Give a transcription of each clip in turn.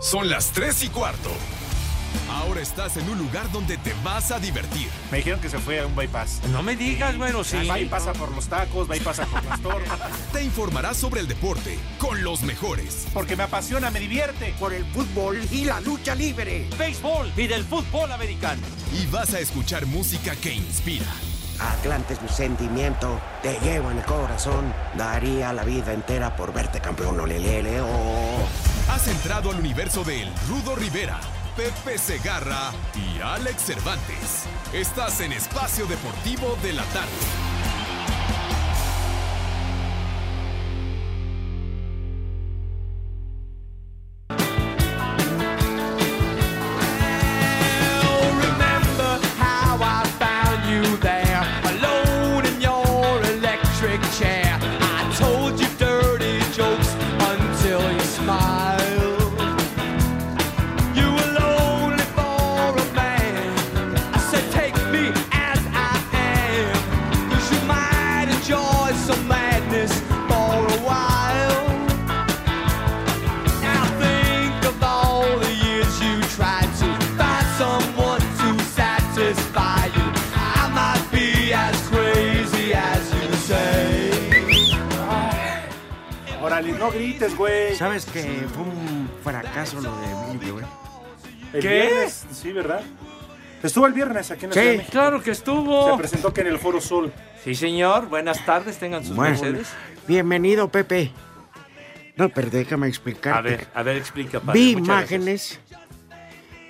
Son las 3 y cuarto. Ahora estás en un lugar donde te vas a divertir. Me dijeron que se fue a un bypass. No me digas, bueno, sí. Va y pasa por los tacos, va y pasa por las torres. Te informarás sobre el deporte con los mejores. Porque me apasiona, me divierte. por el fútbol y la lucha libre. Béisbol y del fútbol americano. Y vas a escuchar música que inspira. Atlante es mi sentimiento, te llevo en el corazón. Daría la vida entera por verte campeón, olelele, oh. Has entrado al universo de El Rudo Rivera, Pepe Segarra y Alex Cervantes. Estás en Espacio Deportivo de la Tarde. remember how I found you there, alone in your electric chair. I told you dirty jokes until you smiled. You were lonely for a man. I said, take me as I am, 'cause you might enjoy some madness for a while. Now think of all the years you tried to find someone to satisfy you. I might be as crazy as you say. Órale, no grites, güey. ¿Sabes que fue un fracaso lo de Emilio, eh? güey? El ¿Qué? viernes, sí, ¿verdad? Estuvo el viernes aquí en la Ciudad de México. Claro que Se estuvo. presentó que en el Foro Sol. Sí, señor. Buenas tardes, tengan sus Bueno, mercedes. bienvenido, Pepe. No, pero déjame explicarte. A ver, a ver, explica, padre. Vi Muchas imágenes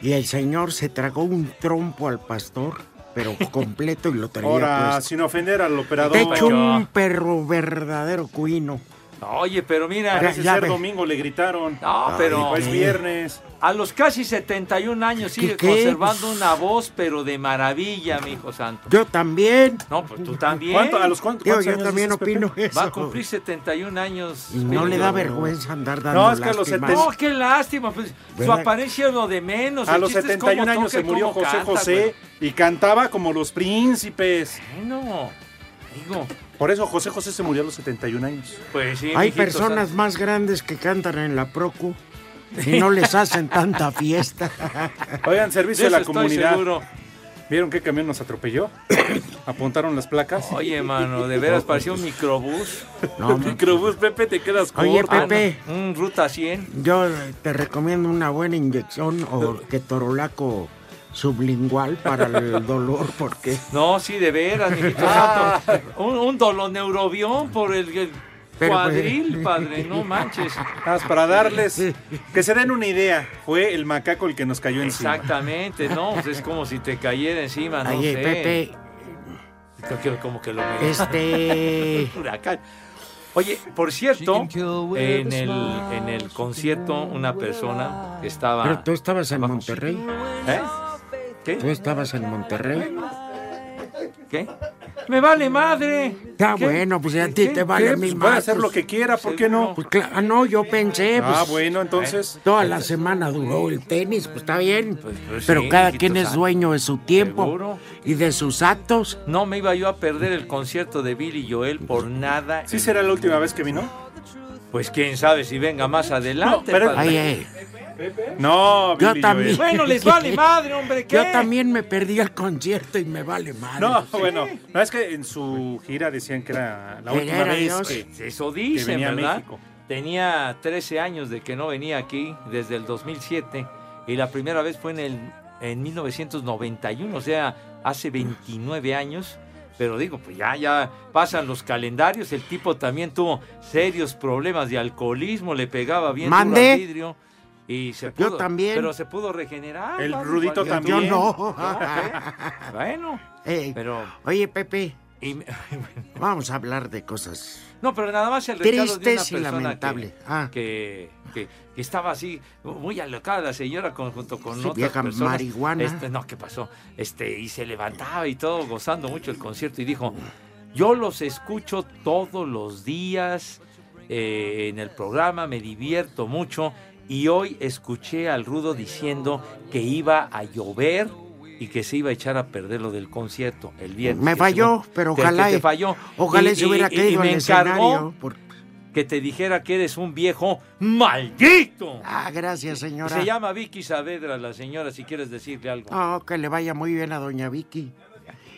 y el señor se tragó un trompo al pastor, pero completo y lo traía Ahora, puesto. sin ofender al operador. De hecho, yo. un perro verdadero cuino. gracias. Oye, pero mira. Parece ya ser ve. domingo, le gritaron. No, pero Es viernes. a los casi 71 años sigue qué? conservando una voz, pero de maravilla, mi hijo santo. Yo también. No, pues tú también. ¿Cuánto, ¿A los cuánto- Digo, cuántos yo años también dices, Pepe? opino eso. Va a cumplir 71 años. Y No le querido. da vergüenza andar dando No, es que a los lástimas. 70 No, qué lástima. pues, su ¿Verdad? apariencia es lo de menos. A el los chiste es 71 cómo años se toca y murió cómo José canta, José y cantaba como los príncipes. güey. Bueno, digo, Por eso José José se murió a los 71 años. pues sí. Hay mijito personas santo. más grandes que cantan en la Procu y no les hacen tanta fiesta. Oigan, De servicio eso de la estoy comunidad. seguro. ¿Vieron qué camión nos atropelló? Apuntaron las placas. Oye, mano, de veras pareció un microbús. No, microbús, Pepe, te quedas corto. Oye, Pepe. Ah, no, Un ruta 100. Yo eh, te recomiendo una buena inyección o que torolaco sublingual para el dolor porque No, sí, de veras, mijito santo. Un, un doloneurobión por el, el Ah. Pero, cuadril, pues. padre, no manches. Nada más para darles, que se den una idea, fue el macaco el que nos cayó encima. Exactamente, no, pues es como si te cayera encima, no Oye, sé. Pepe, Creo que como que lo merece. este huracán. Oye, por cierto, en el, en el concierto una persona que estaba... pero tú estabas en abajo. Monterrey, ¿Eh? tú ¿Qué? estabas en Monterrey. ¿Qué? ¡Me vale madre! Ya ¿Qué? bueno, pues ya a ti ¿Qué? te ¿Qué? vale mi Pues puede madre. hacer lo que quiera, ¿por qué no? Pues cla- ah, no, yo pensé, pues Ah, bueno, entonces. Eh, toda la semana duró el tenis, pues está bien. Pues, pues, pero sí, cada hijito quien es santo. dueño de su tiempo Seguro. y de sus actos. No me iba yo a perder el concierto de Billy Joel por nada. ¿Sí será la última vez que vino? Pues quién sabe si venga más adelante. No, pero- padre. Ay, ay, No, Yo Billy eh. Joel. también. Bueno, les vale madre, hombre. ¿qué? Yo también me perdí el concierto y me vale madre. No, bueno, no es que en su gira decían que era la Que última era vez. Dios. que- Eso dicen, venía a ¿verdad? México. Tenía 13 años de que no venía aquí desde el 2007 y la primera vez fue en el en 1991, o sea, hace 29 años. Pero digo, pues ya, ya pasan los calendarios. El tipo también tuvo serios problemas de alcoholismo, le pegaba bien duro Mande. al vidrio y se Yo pudo, también. pero se pudo regenerar. El padre, Rudito igual que- Yo también. no. ¿Eh? Bueno, Eh, pero Oye, Pepe, Y me- Vamos a hablar de cosas. no, pero nada más el recuerdo de una Tristes y persona lamentable. Que, Ah. que, que- que estaba así, muy alocada la señora con- junto con Sí, otras vieja personas. marihuana. Este, no, ¿qué pasó? Este, y se levantaba y todo, gozando mucho el concierto, y dijo, yo los escucho todos los días eh, en el programa, me divierto mucho, y hoy escuché al Rudo diciendo que iba a llover y que se iba a echar a perder lo del concierto el viernes. Me que falló, según- pero te- que ojalá. te y- falló. Ojalá Y- y se hubiera y- y- y caído me al encargó escenario. por- que te dijera que eres un viejo maldito. Ah, gracias, señora. Se llama Vicky Saavedra, la señora, si quieres decirle algo. Oh, que le vaya muy bien a doña Vicky.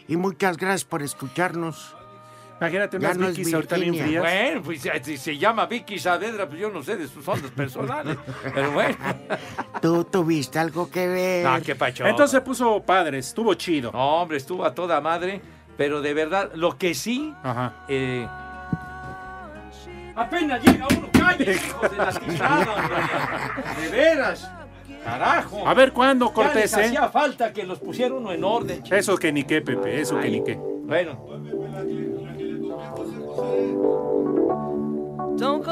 Y muchas gracias por escucharnos. Imagínate Ya unas no es Vicky's ahorita bien Virginia. frías. Bueno, pues eh, si se llama Vicky Saavedra, pues yo no sé de sus ondas personales. Pero bueno, Tú tuviste algo que ver. no, qué pacho. Entonces se puso padre, estuvo chido. No, hombre, estuvo a toda madre, pero de verdad, lo que sí. Ajá. eh, Apenas llega uno, calle, hijos de la tiznada, hombre. De veras, carajo. A ver cuándo, Ya les Cortés, ¿eh? hacía falta que los pusiera uno en orden, chico. Eso que ni qué, Pepe, eso que ni qué. Bueno,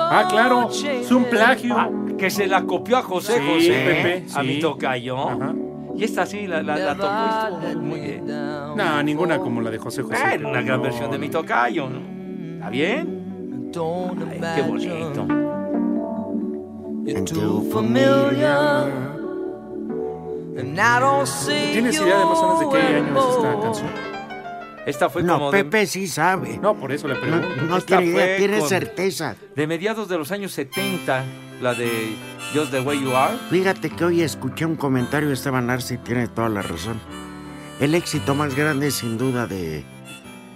Ah, claro, es un plagio. ah, que se la copió a José Sí, José, Pepe, a sí. mi tocayo. Ajá. Y esta sí, la, la, la tocó y estuvo muy, muy bien. No, ninguna como la de José José. Ah, era una gran No, versión de mi tocayo. ¿no? ¿Está bien? Ay, qué bonito. And too familiar. ¿Tienes idea de más o menos de qué año es esta canción? Esta fue No, como de- Pepe sí sabe. No, No, por eso le pregunto. no esta tiene idea, fue tiene con- certeza. de, mediados de los años 70, la de Just the Way You Are. Fíjate que hoy escuché un comentario de Esteban Arce y tiene toda la razón. El éxito más grande, sin duda, de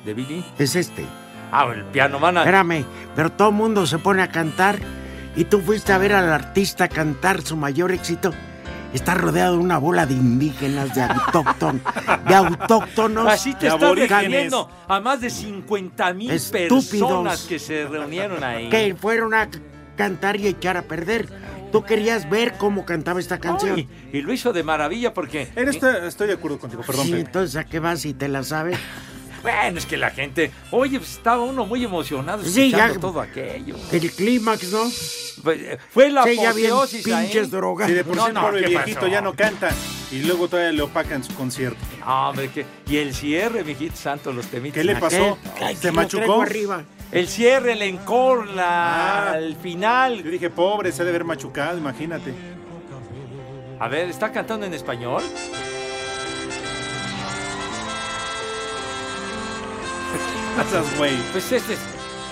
De Billy. es este. Ah, el piano mana. Espérame, pero todo el mundo se pone a cantar y tú fuiste a ver al artista cantar su mayor éxito. Está rodeado de una bola de indígenas, de autóctonos, de autóctonos. Así de te estás aborígenes. refiriendo a más de 50 mil Estúpidos. personas que se reunieron ahí. que fueron a cantar y echar a perder. Tú querías ver cómo cantaba esta canción. Ay, y lo hizo de maravilla porque. Eres- estoy de acuerdo contigo, perdón, Sí, Pepe. entonces, ¿a qué vas si te la sabes? Bueno, es que la gente. Oye, pues, estaba uno muy emocionado Sí, escuchando ya- todo aquello. El clímax, ¿no? Pues, eh, fue la Sí, ya bien apoteosis ahí. pinches drogas. Si de por No, sí el no, pobre ¿qué viejito pasó? ya no canta y luego todavía le opacan su concierto. Ah, hombre, que- y el cierre, mijito santo, los temitos. ¿Qué le pasó? Aquel- Ay, ¿Se lo traigo machucó? arriba. El cierre, el encore, la, Ah. al Yo final. dije, pobre, se ha de haber machucado, imagínate. A ver, ¿está cantando en español? Pasas, güey. Pues este es-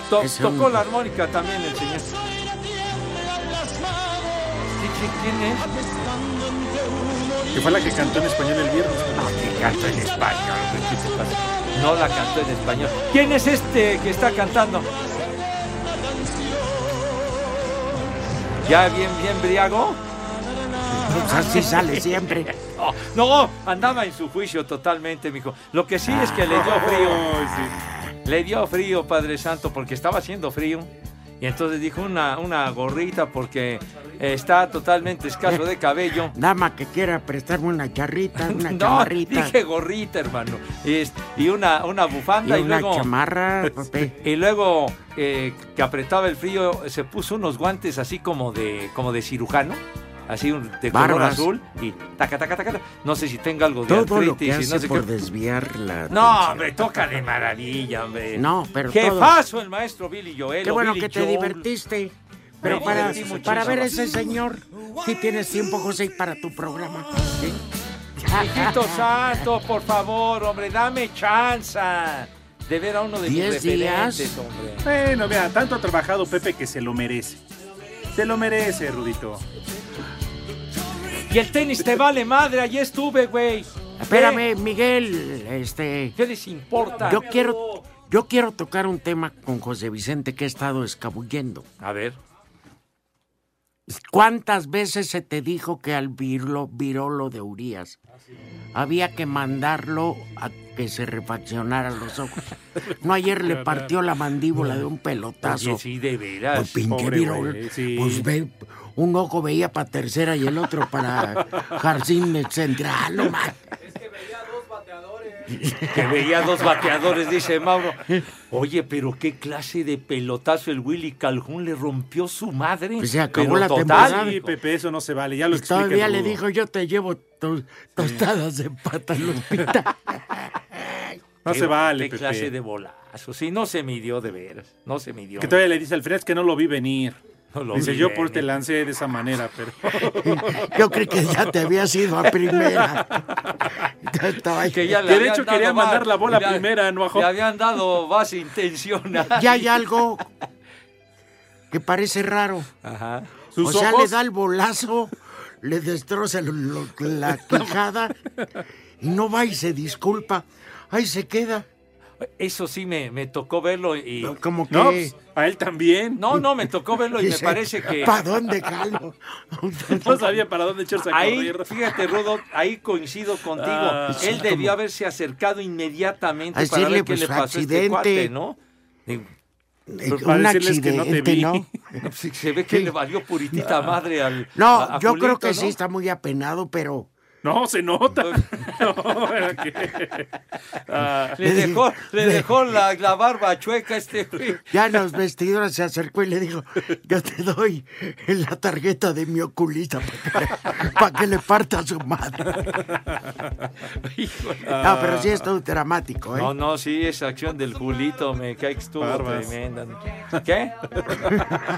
to- Es un- tocó la armónica también el señor. ¿Qui- qui- ¿Quién es? Que fue la que cantó en español el viernes. cantó Este en español. ¿qué te pasa? No la cantó en español. ¿Quién es este que está cantando? ¿Ya bien, bien briago? Pues así sale siempre. Oh, no, andaba en su juicio totalmente, mijo. Lo que sí es que le dio frío. Ay, sí. Le dio frío, Padre Santo, porque estaba haciendo frío. Y entonces dijo una, una gorrita porque eh, está totalmente escaso de cabello. Dama que quiera prestarme una charrita, una No, chamarrita dije gorrita, hermano. Es- Y, una, una y bufanda y, una luego... chamarra, Pepe. Y luego eh, que apretaba el frío, se puso unos guantes así como de, como de cirujano, así un- de color Barbas. azul y taca, taca, taca, taca. No sé si tenga algo de Todo lo artritis que y hace no sé por qué. desviar la No, atención. hombre, toca de maravilla, hombre. No, pero Qué todo- paso el maestro Billy Joel. Qué o bueno Billy que te Joel. divertiste. Pero Me para, divertí muchísimo. para ver a ese señor, si tienes tiempo, José, y para tu programa. ¿sí? Hijito santo, por favor, hombre, dame chance de ver a uno de mis ¿Diez días? referentes, hombre. Bueno, mira, tanto ha trabajado Pepe que se lo merece. Se lo merece, Rudito. Y el tenis te vale madre, allí estuve, güey. Espérame, Miguel, este, ¿Qué, ¿Qué les importa? yo quiero, yo quiero tocar un tema con José Vicente que he estado escabullendo. A ver. ¿Cuántas veces se te dijo que al virlo, virolo de Urias había que mandarlo a que se refaccionara los ojos? No, ayer le partió la mandíbula de un pelotazo. Oye, sí, de Pues veras. pinche pobre virol. güey, sí. Pues ve, un ojo veía para tercera y el otro para jardín central, no más. que veía dos bateadores, dice Mauro. Oye, pero qué clase de pelotazo el Willy Calhoun le rompió su madre. Pues se acabó Pero la total. temporada. Sí, Pepe, eso no se vale. Ya lo Y explica el todavía le Rudo. dijo, yo te llevo to- tostadas de pata, Lupita. No Qué- se vale, Qué Pepe. clase de bolazo. Sí, no se midió de veras. No se midió. Que todavía le dice al Fred que no lo vi venir. No lo dice, vi ¿eh?". yo venir. por te lancé de esa manera, pero... Yo creí que ya te había sido a primera. Yo estaba ahí. Que ya Que le de habían hecho dado quería más. mandar la bola Le ha- primera, ¿no, Ajo? Le habían dado más intencional. Ya hay algo que parece raro. Ajá. Sus o sea, ojos... le da el bolazo, le destroza lo- lo- la quijada y no va y se disculpa. Ahí se queda. Eso sí me, me tocó verlo y. Como que... No, pues, a él también. No, no, me tocó verlo y me dice, parece que. ¿Para dónde jalo? No sabía para dónde echarse a Ahí, correr. fíjate, Rodo, ahí coincido contigo. Ah. Él debió haberse acercado inmediatamente A para ver decirle, qué pues, le pasó a accidente. este cuate, ¿no? Digo, Pues, para Un decirles que no te accidente, vi. ¿no? no, pues, se ve que le valió puritita madre al. Ah. No, a- a yo creo Julito, que ¿no? sí está muy apenado, pero No, se nota. No, era que- Ah, Le dejó, le dejó la, la barba chueca a este güey. ya en los vestidores se acercó y le dijo, yo te doy la tarjeta de mi oculista para que, para que le parta a su madre. Híjole. No, pero sí esto es dramático, ¿eh? No, no, sí, esa acción del Julito me cae que estuvo Barbas. tremenda. ¿Qué?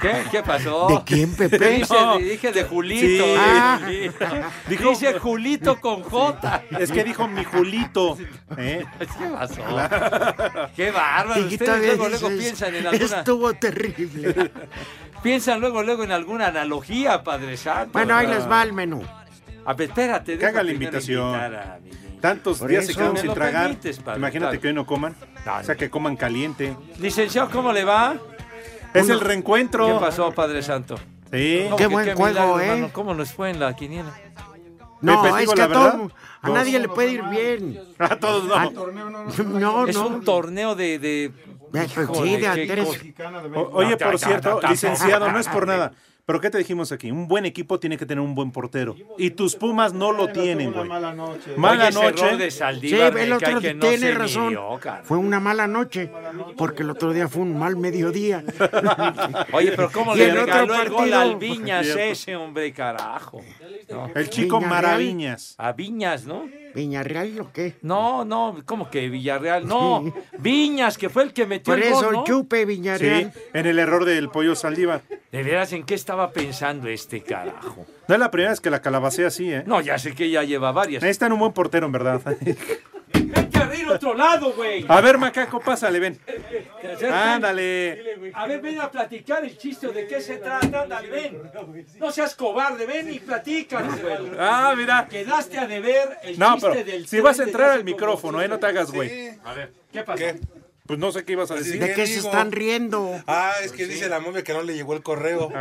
¿Qué? ¿Qué pasó? ¿De quién, Pepe? Dice, No. Dije de Julito. Sí. de Ah. Julito. Dijo- Dice Julito con J. es que dijo mi Julito. ¿eh? ¿Qué pasó? Qué bárbaro. Y Ustedes todavía luego, luego dices, piensan en alguna. Estuvo terrible. Piensan luego, luego en alguna analogía, Padre Santo. Bueno, ahí les va el menú. A ver, espérate. Que haga deja la primero invitación. invitar a mi niña. Tantos Por días eso. se quedaron Me sin lo tragar. permites, padre, Imagínate claro. que hoy no coman. No, O sea, que coman caliente. Licenciado, ¿cómo le va? Es el reencuentro. ¿Qué pasó, Padre Santo? Sí. ¿Cómo Qué que buen juego, ¿eh? ¿Cómo nos fue en la quiniela? No, Pepe, es digo que la a, todo- verdad, a los- nadie le puede ir bien. A todos Ah, no. No, es un no. torneo de... de... pues Híjole, sí, de qué Andrés. cosa. O- oye, por cierto, licenciado, no es por nada. Pero ¿qué te dijimos aquí? Un buen equipo tiene que tener un buen portero. Y tus Pumas no lo tienen, güey. Mala noche. Mala Oye, ese error de noche. Sí, Saldívar me el cae otro que día no tiene se razón. midió, cara. fue una mala noche, porque el otro día fue un mal mediodía. Oye, pero ¿cómo Y le el otro regaló el gol partido- al Viñas ese, hombre, carajo? No. El chico Villarreal. Maraviñas. A Viñas, ¿no? ¿Viñarreal o qué? No, no, ¿cómo que Villarreal? No, Viñas, que fue el que metió Por el eso, gol, ¿no? chupe Sí, Viñarreal. en el error del pollo Saldívar. De veras, ¿en qué estaba pensando este carajo? No es la primera vez que la calabacea así, ¿eh? No, ya sé que ya lleva varias. Necesitan un buen portero, en verdad. Hay que abrir otro lado, güey. A ver, macaco, pásale, ven. Ah, Ándale. A ver, ven a platicar el chiste de qué se trata, ándale, ven. No seas cobarde, ven y platícanos, güey. Ah, mira. Quedaste a deber el No, chiste pero del si vas a tren de entrar hace al micrófono, como- ¿eh? No te hagas, güey. ¿Qué pasó? Pues no sé qué ibas a decir. ¿De qué se digo? están riendo? Ah, es que dice la momia que no le llegó el correo,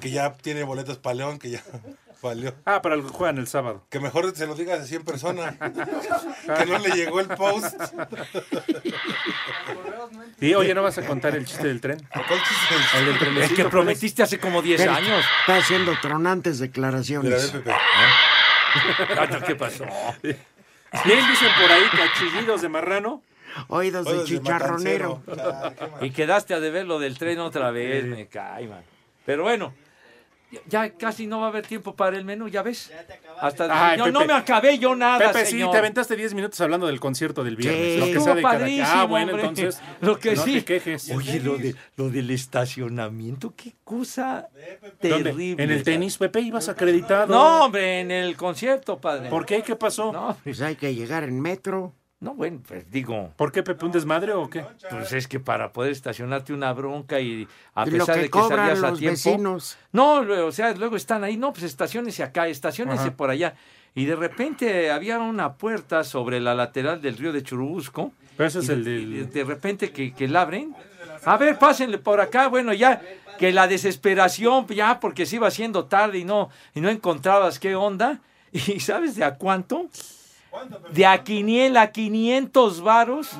que ya tiene boletos para León, que ya valió. Ah, para el que juegan el sábado. Que mejor se lo digas a 100 personas, que no le llegó el post. Sí, oye, ¿no vas a contar el chiste del tren? ¿Cuál chiste es? El del El trenecito. que prometiste hace como 10 años. Está haciendo Mira, a tronantes ver, declaraciones. Pepe. ¿Qué pasó? Bien dicen por ahí cachillidos de marrano. Oídos de Oye, de chicharronero. Matancero. O sea, qué mal. Y quedaste a deber lo del tren otra vez, me cae, man. Pero bueno, ya- ya casi no va a haber tiempo para el menú, ¿ya ves? Hasta Ay, yo Pepe. no me acabé yo nada, Pepe, sí, señor. te aventaste 10 minutos hablando del concierto del viernes. Sí. Lo que Estuvo sea de cada quien. padrísimo, Ah, bueno, hombre. entonces. Lo que no sí. te quejes. Oye, lo, de, lo del estacionamiento, qué cosa ¿Dónde? terrible. En el tenis, Pepe, ibas acreditado. No, hombre, en el concierto, padre. ¿Por qué? ¿Qué pasó? No, hombre, Pues hay que llegar en metro. no, bueno, pues digo, ¿Por qué, Pepe? ¿Un desmadre o qué? pues es que para poder estacionarte una bronca y a Y lo pesar que de que salías cobran a los tiempo. vecinos. No, lo- o sea, luego están ahí, no, pues estaciones acá, estaciones por allá. Y de repente había una puerta sobre la lateral del río de Churubusco. Pero ese Y es de- el y de, del. de repente que, que la abren. A ver, pásenle por acá. Bueno, ya que la desesperación, ya porque se iba haciendo tarde y no, y no encontrabas qué onda. ¿Y sabes de a cuánto? de a quiniela a 500 varos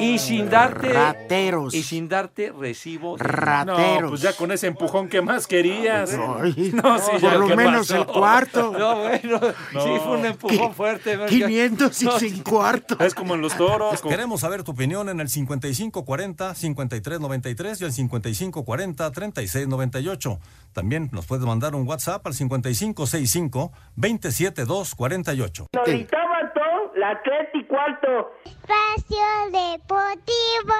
y sin darte Rateros. y sin darte recibo. de- No, Rateros. pues ya con ese empujón que más querías. Ay, No, sí, ya, por lo ¿qué menos pasó? el cuarto. No, bueno, sí fue un empujón fuerte. ¿verdad? 500 y No, sin cuarto. Es como en los toros. como- Queremos saber tu opinión en el 5540-5393 y el 5540-3698. También nos puedes mandar un WhatsApp al 5565-27248. Nolitaba todo, la tres y cuarto. Espacio Deportivo.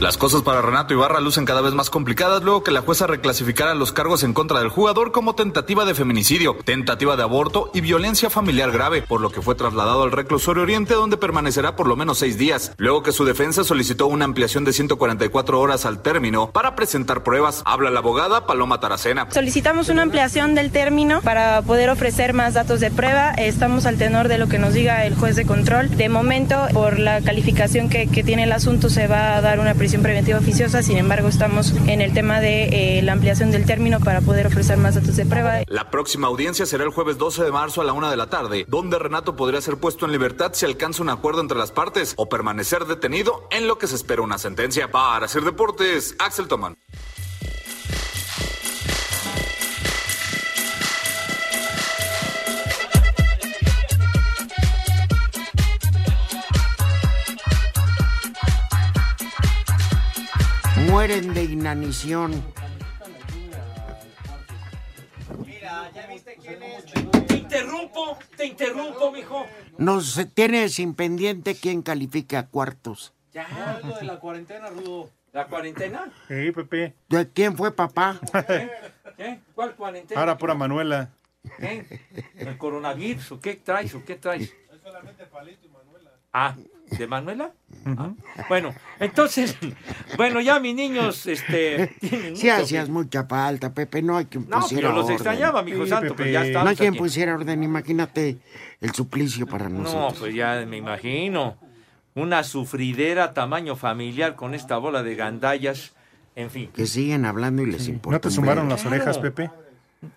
Las cosas para Renato Ibarra lucen cada vez más complicadas luego que la jueza reclasificara los cargos en contra del jugador como tentativa de feminicidio, tentativa de aborto y violencia familiar grave, por lo que fue trasladado al reclusorio oriente donde permanecerá por lo menos seis días, luego que su defensa solicitó una ampliación de 144 horas al término para presentar pruebas. Habla la abogada Paloma Taracena. Solicitamos una ampliación del término para poder ofrecer más datos de prueba. Estamos al tenor de lo que nos diga el juez de control. De momento, por la calificación que, que tiene el asunto, se va a dar una prisión preventiva oficiosa. Sin embargo, estamos en el tema de eh, la ampliación del término para poder ofrecer más datos de prueba. La próxima audiencia será el jueves 12 de marzo a la una de la tarde, donde Renato podría ser puesto en libertad si alcanza un acuerdo entre las partes o permanecer detenido en lo que se espera una sentencia. Para hacer deportes, Axel Toman. Mueren de inanición. Te interrumpo, te interrumpo, mijo. Nos tiene sin pendiente quién califica a cuartos. Algo de la cuarentena, Rudo. ¿La cuarentena? Sí, Pepe. ¿De quién fue papá? ¿Qué? ¿Eh? ¿Cuál cuarentena? Ahora pura Manuela. ¿Qué? ¿El coronavirus? ¿O qué traes? ¿O qué traes? Ah, ¿de Manuela? Ah, bueno, entonces, bueno, ya mis niños, este. tienen Sí mucho- hacías mucha falta, Pepe. No hay quien No, pusiera pero los orden. extrañaba, mijo Sí, santo, pero Pepe. ya No hay estamos. No hay quien aquí. pusiera orden. Imagínate el suplicio para No, nosotros. pues ya me imagino. Una sufridera tamaño familiar con esta bola de gandallas. En fin. Que siguen hablando y les importa. ¿No te sumaron las Claro. orejas, Pepe?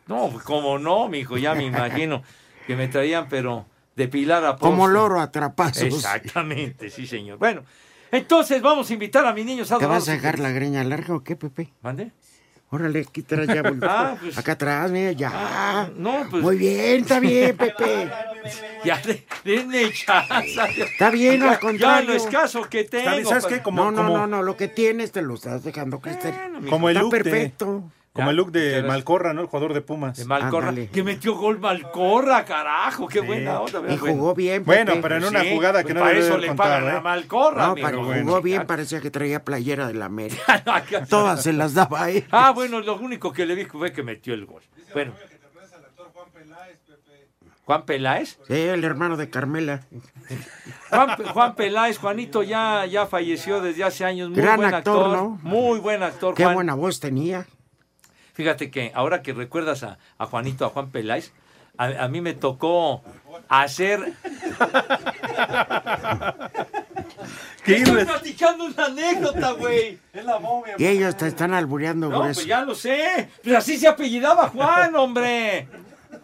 No, pues, cómo no, mijo, ya me imagino que me traían, pero de pilar a Como posta. loro atrapazos. Exactamente, sí, señor. Bueno, entonces vamos a invitar a mis niños a ¿Te donar vas su- a dejar la greña larga o qué, Pepe? ¿Mande? Órale, aquí traes ya. bol- Ah, pues. Acá atrás, mira, ya. Ah, no, pues- Muy bien, está bien, Pepe. Ya, de- denme chance. Está bien, al Ya- Ya contrario. lo escaso que tengo. ¿Sabes, pues. sabes pa- qué? Como, no, no, como, no, no, lo que tienes te lo estás dejando crecer. Bueno, mijo, como el Está look de, perfecto. como Ya, el look de muchas gracias. Malcorra, ¿no? El jugador de Pumas. de Malcorra. Ándale. Que metió gol Malcorra, carajo. Qué buena onda. Y ¿verdad? jugó bien, Pepe. Bueno, pero en una Sí, jugada que pues no para debe eso de le contar, pagan ¿eh? a Malcorra, No, mijo. pero bueno. jugó bien, parecía que traía playera de la América. Todas se las daba a él. Ah, bueno, lo único que le vi fue que metió el gol. Bueno. Juan Peláez. Sí, el hermano de Carmela. Juan, Pe- Juan Peláez, Juanito ya, ya falleció desde hace años. Muy Gran buen actor, actor, ¿no? Muy buen actor, Qué Juan. buena voz tenía. Fíjate que ahora que recuerdas a, a Juanito, a Juan Peláez, a, a mí me tocó hacer. Qué irre- platicando una anécdota, güey. Es la momia. Y ellos te están albureando No, grueso. pues ya lo sé. Pero así se apellidaba Juan, hombre.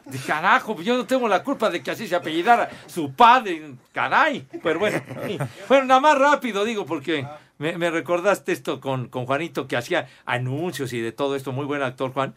De carajo, pues yo no tengo la culpa de que así se apellidara su padre, caray. Pero bueno, sí. bueno, nada más rápido digo, porque me, me recordaste esto con, con Juanito que hacía anuncios y de todo esto. Muy buen actor, Juan.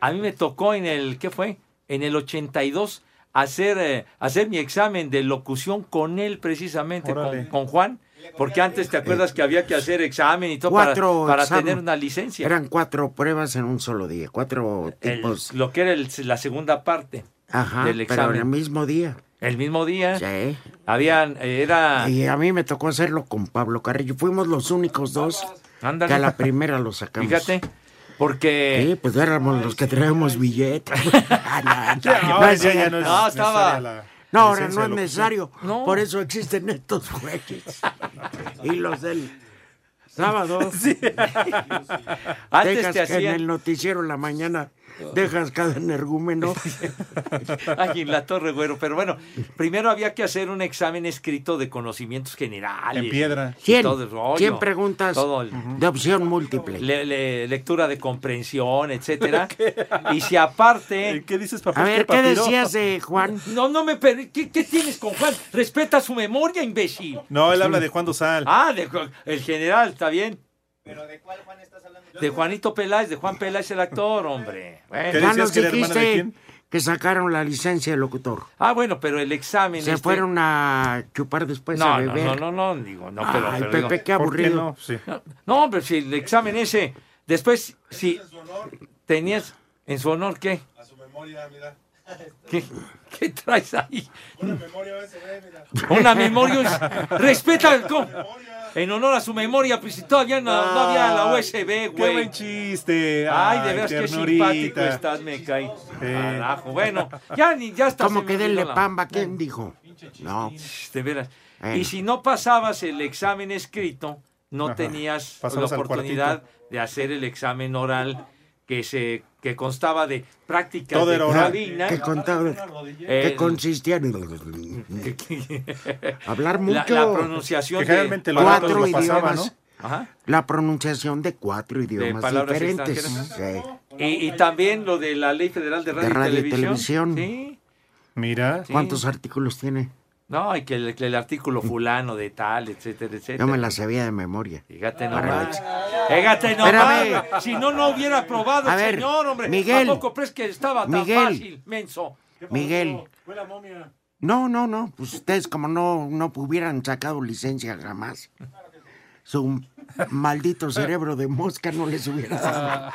A mí me tocó en el, ¿qué fue? En el 82 hacer, eh, hacer mi examen de locución con él precisamente, con, Órale. con Juan. Porque antes te acuerdas que había que hacer examen y todo para, Cuatro para examen- tener una licencia Eran cuatro pruebas en un solo día. Cuatro el- tipos. lo que era el- la segunda parte pues Ajá, del pero en el examen. mismo día. El mismo día Sí. habían eh, era Y a mí me tocó hacerlo con Pablo Carrillo. Fuimos los únicos dos Ándale. que a la primera lo sacamos. fíjate Sí, porque pues éramos los que traíamos billetes. Ah, no, no, Ahora no es ya- ya cierto. no es No, estaba- necesaria la No, ahora licencia no de es locución. necesario. No. Por eso existen estos jueces. y los del sábado. antes te Dejas que en hacían el noticiero en la mañana dejas cada energúmeno. Ay, en la torre, güero. Pero bueno, primero había que hacer un examen escrito de conocimientos generales. Y ¿Cien? todo el rollo. ¿Cien preguntas Todo el- de opción múltiple? le- le- lectura de comprensión, etcétera. y si aparte. ¿Qué dices, A ver, ¿qué decías de Juan? No, no me. per- ¿Qué, qué tienes con Juan? Respeta su memoria, imbécil. No, él habla de Juan Dosal. Ah, de Ju- el general, está bien. ¿Pero de cuál Juan estás hablando? De Juanito Peláez, de Juan Peláez el actor, hombre. Bueno. ya nos dijiste que sacaron la licencia de locutor. Ah, bueno, pero el examen. Se este- fueron a chupar después a No, no, beber. no, no, no, digo, no, pero. Ay, pero Pepe, digo- qué aburrido. no? No, no, hombre, si el examen ese. Después, si tenías en su honor, ¿qué? A su memoria, mira. ¿Qué, qué traes ahí? Una memoria a ve, mira. Una memoria. es- Respeta el co- En honor a su memoria, pues si todavía no, no había la Qué USB, güey. buen chiste. Ay, de veras qué ternurita. simpático estás, me caí. Carajo. Bueno, ya ni ya está. Como se que me denle olvidó la- pamba, ¿quién dijo? No. De veras. Bueno. Y si no pasabas el examen escrito, no Ajá. tenías Pasamos la al oportunidad de hacer el examen oral que se que constaba de prácticas Todo de era oral. cabina. Que contaba- Eh, que consistía en hablar La- mucho. La, pronunciación Que de generalmente los Cuatro datos los pasaba, idiomas. ¿no? Ajá. La pronunciación de cuatro idiomas palabras diferentes. extranjeras. Sí. Y, y también lo de la ley federal de radio, De radio y y televisión. televisión. Sí. Mira. Sí. ¿Cuántos artículos tiene? No, y que el, que el artículo fulano de tal, etcétera, etcétera. Mm. Yo me la sabía de memoria. Fíjate Para la nomás. ex- Fíjate Espérame. nomás. Si no, no hubiera aprobado A el ver, señor, hombre. Miguel. Tampoco crees que estaba tan Miguel. fácil, menso. Miguel. Fue la momia. No, no, no. Pues ustedes como no, no hubieran sacado licencia jamás. Su maldito cerebro de mosca no les hubiera dado.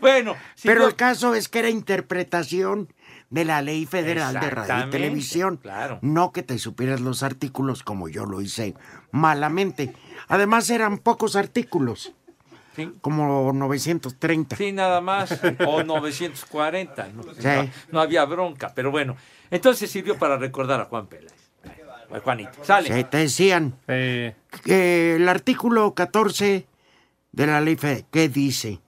Bueno, si Pero no- el caso es que era interpretación de la ley federal de radio y Exactamente, televisión. claro. No que te supieras los artículos como yo lo hice malamente. Además eran pocos artículos. Sí. Como 930. Sí, nada más. O 940. ¿no? No, Sí. no había bronca, pero bueno. Entonces sirvió para recordar a Juan Peláez. A Juanito. Sale. Se te decían eh, que el artículo 14 de la ley fe- ¿qué dice?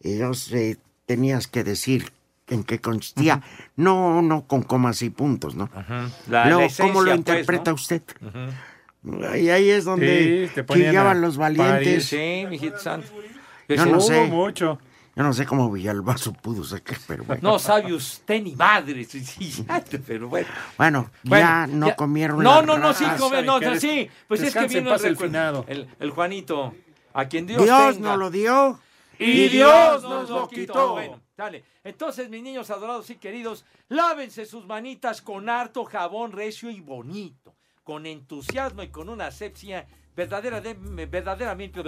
Ellos eh, tenías que decir en qué consistía. No, no con comas y puntos, ¿no? La- la Luego, esencia, ¿cómo lo pues, interpreta ¿no? usted? Ujú. Ahí, ahí es donde Sí, te ponían chillaban a los valientes. Sí, mijito santo. Yo no Hubo sé. mucho. Yo no sé cómo Villalbazo pudo sacar, pero bueno. "Uh, No sabe usted ni madre. sí, sí, Pero bueno. Bueno, Bueno, ya no comieron No, la no, no, sí, raza. come, no, no, sí. Pues es que Descanse en vino el, paz el recuerdo. el, el Juanito, a quien Dios, Dios, tenga. nos lo dio Y Dios nos lo quitó. Bueno, dale. Entonces, mis niños adorados y queridos, lávense sus manitas con harto jabón recio y bonito, con entusiasmo y con una asepsia verdadera de- verdaderamente,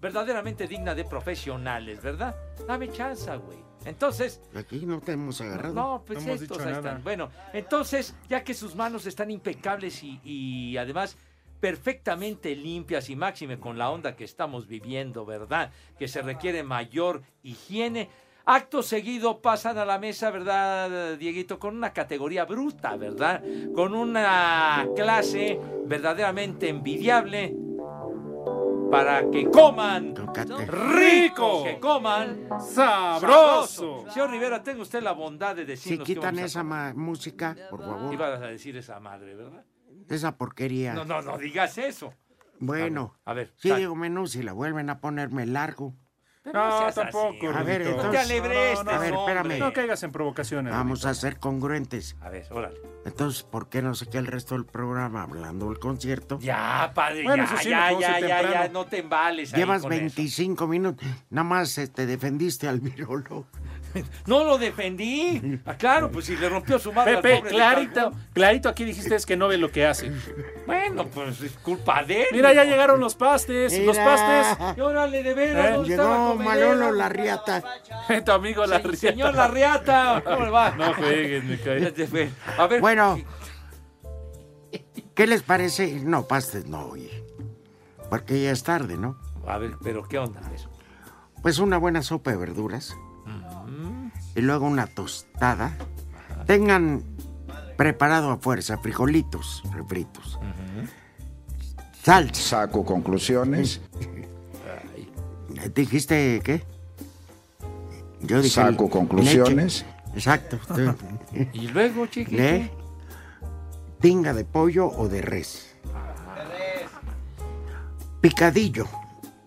verdaderamente digna de profesionales, ¿verdad? Dame chance, güey. Entonces, Aquí no te hemos agarrado. no, pues estos ahí están. Bueno, entonces, ya que sus manos están impecables y, y además perfectamente limpias y máxime con la onda que estamos viviendo, ¿verdad? Que se requiere mayor higiene. Acto seguido pasan a la mesa, ¿verdad, Dieguito? Con una categoría bruta, ¿verdad? Con una clase verdaderamente envidiable para que coman rico, que coman Sabroso. Señor Rivera, tenga usted la bondad de Si decirnos qué quitan vamos a esa ma- música, por favor. Ibas a decir esa madre, ¿verdad? Esa porquería. No, no, no digas eso. Bueno, A ver, sí dale. digo menú, si la vuelven a ponerme largo. Pero no seas así, hombre. A ver, No te este entonces- alebrestes, a ver, espérame. No caigas en provocaciones. Ah, Vamos a ser congruentes. A ver, órale. Entonces, ¿por qué no sé qué el resto del programa hablando del concierto? Ya, padre, ya, eso sí, ya, mejor ya, sí ya, ya, temprano. no te embales ahí Llevas con eso. 25 minutos. Nada más eh, te defendiste al virolo. No lo defendí. Ah, claro, pues si le rompió su madre al Pepe, pobre de clarito, clarito aquí dijiste es que no ve lo que hace. Cancún. Bueno, pues es culpa de él. Mira, ya llegaron los pastes, los Mira. pastes. Y órale, de veras, ¿Eh? ¿dónde está la Llegó comedera? Manolo Larriata. tu amigo la riata. Señor Larriata, ¿cómo le va? No juegues, me cae. Este fue- A ver, Bueno, ¿qué les parece? No, pastes no, oye. Porque ya es tarde, ¿no? a ver, pero ¿qué onda eso? Pues una buena sopa de verduras. Y luego una tostada. Tengan preparado a fuerza frijolitos refritos. Salsa. Saco conclusiones. ¿Dijiste qué? Yo dije, Saco conclusiones. leche. Exacto. Y luego, chiquito. ¿Eh? ¿Le? ¿Tinga de pollo o de res? Picadillo.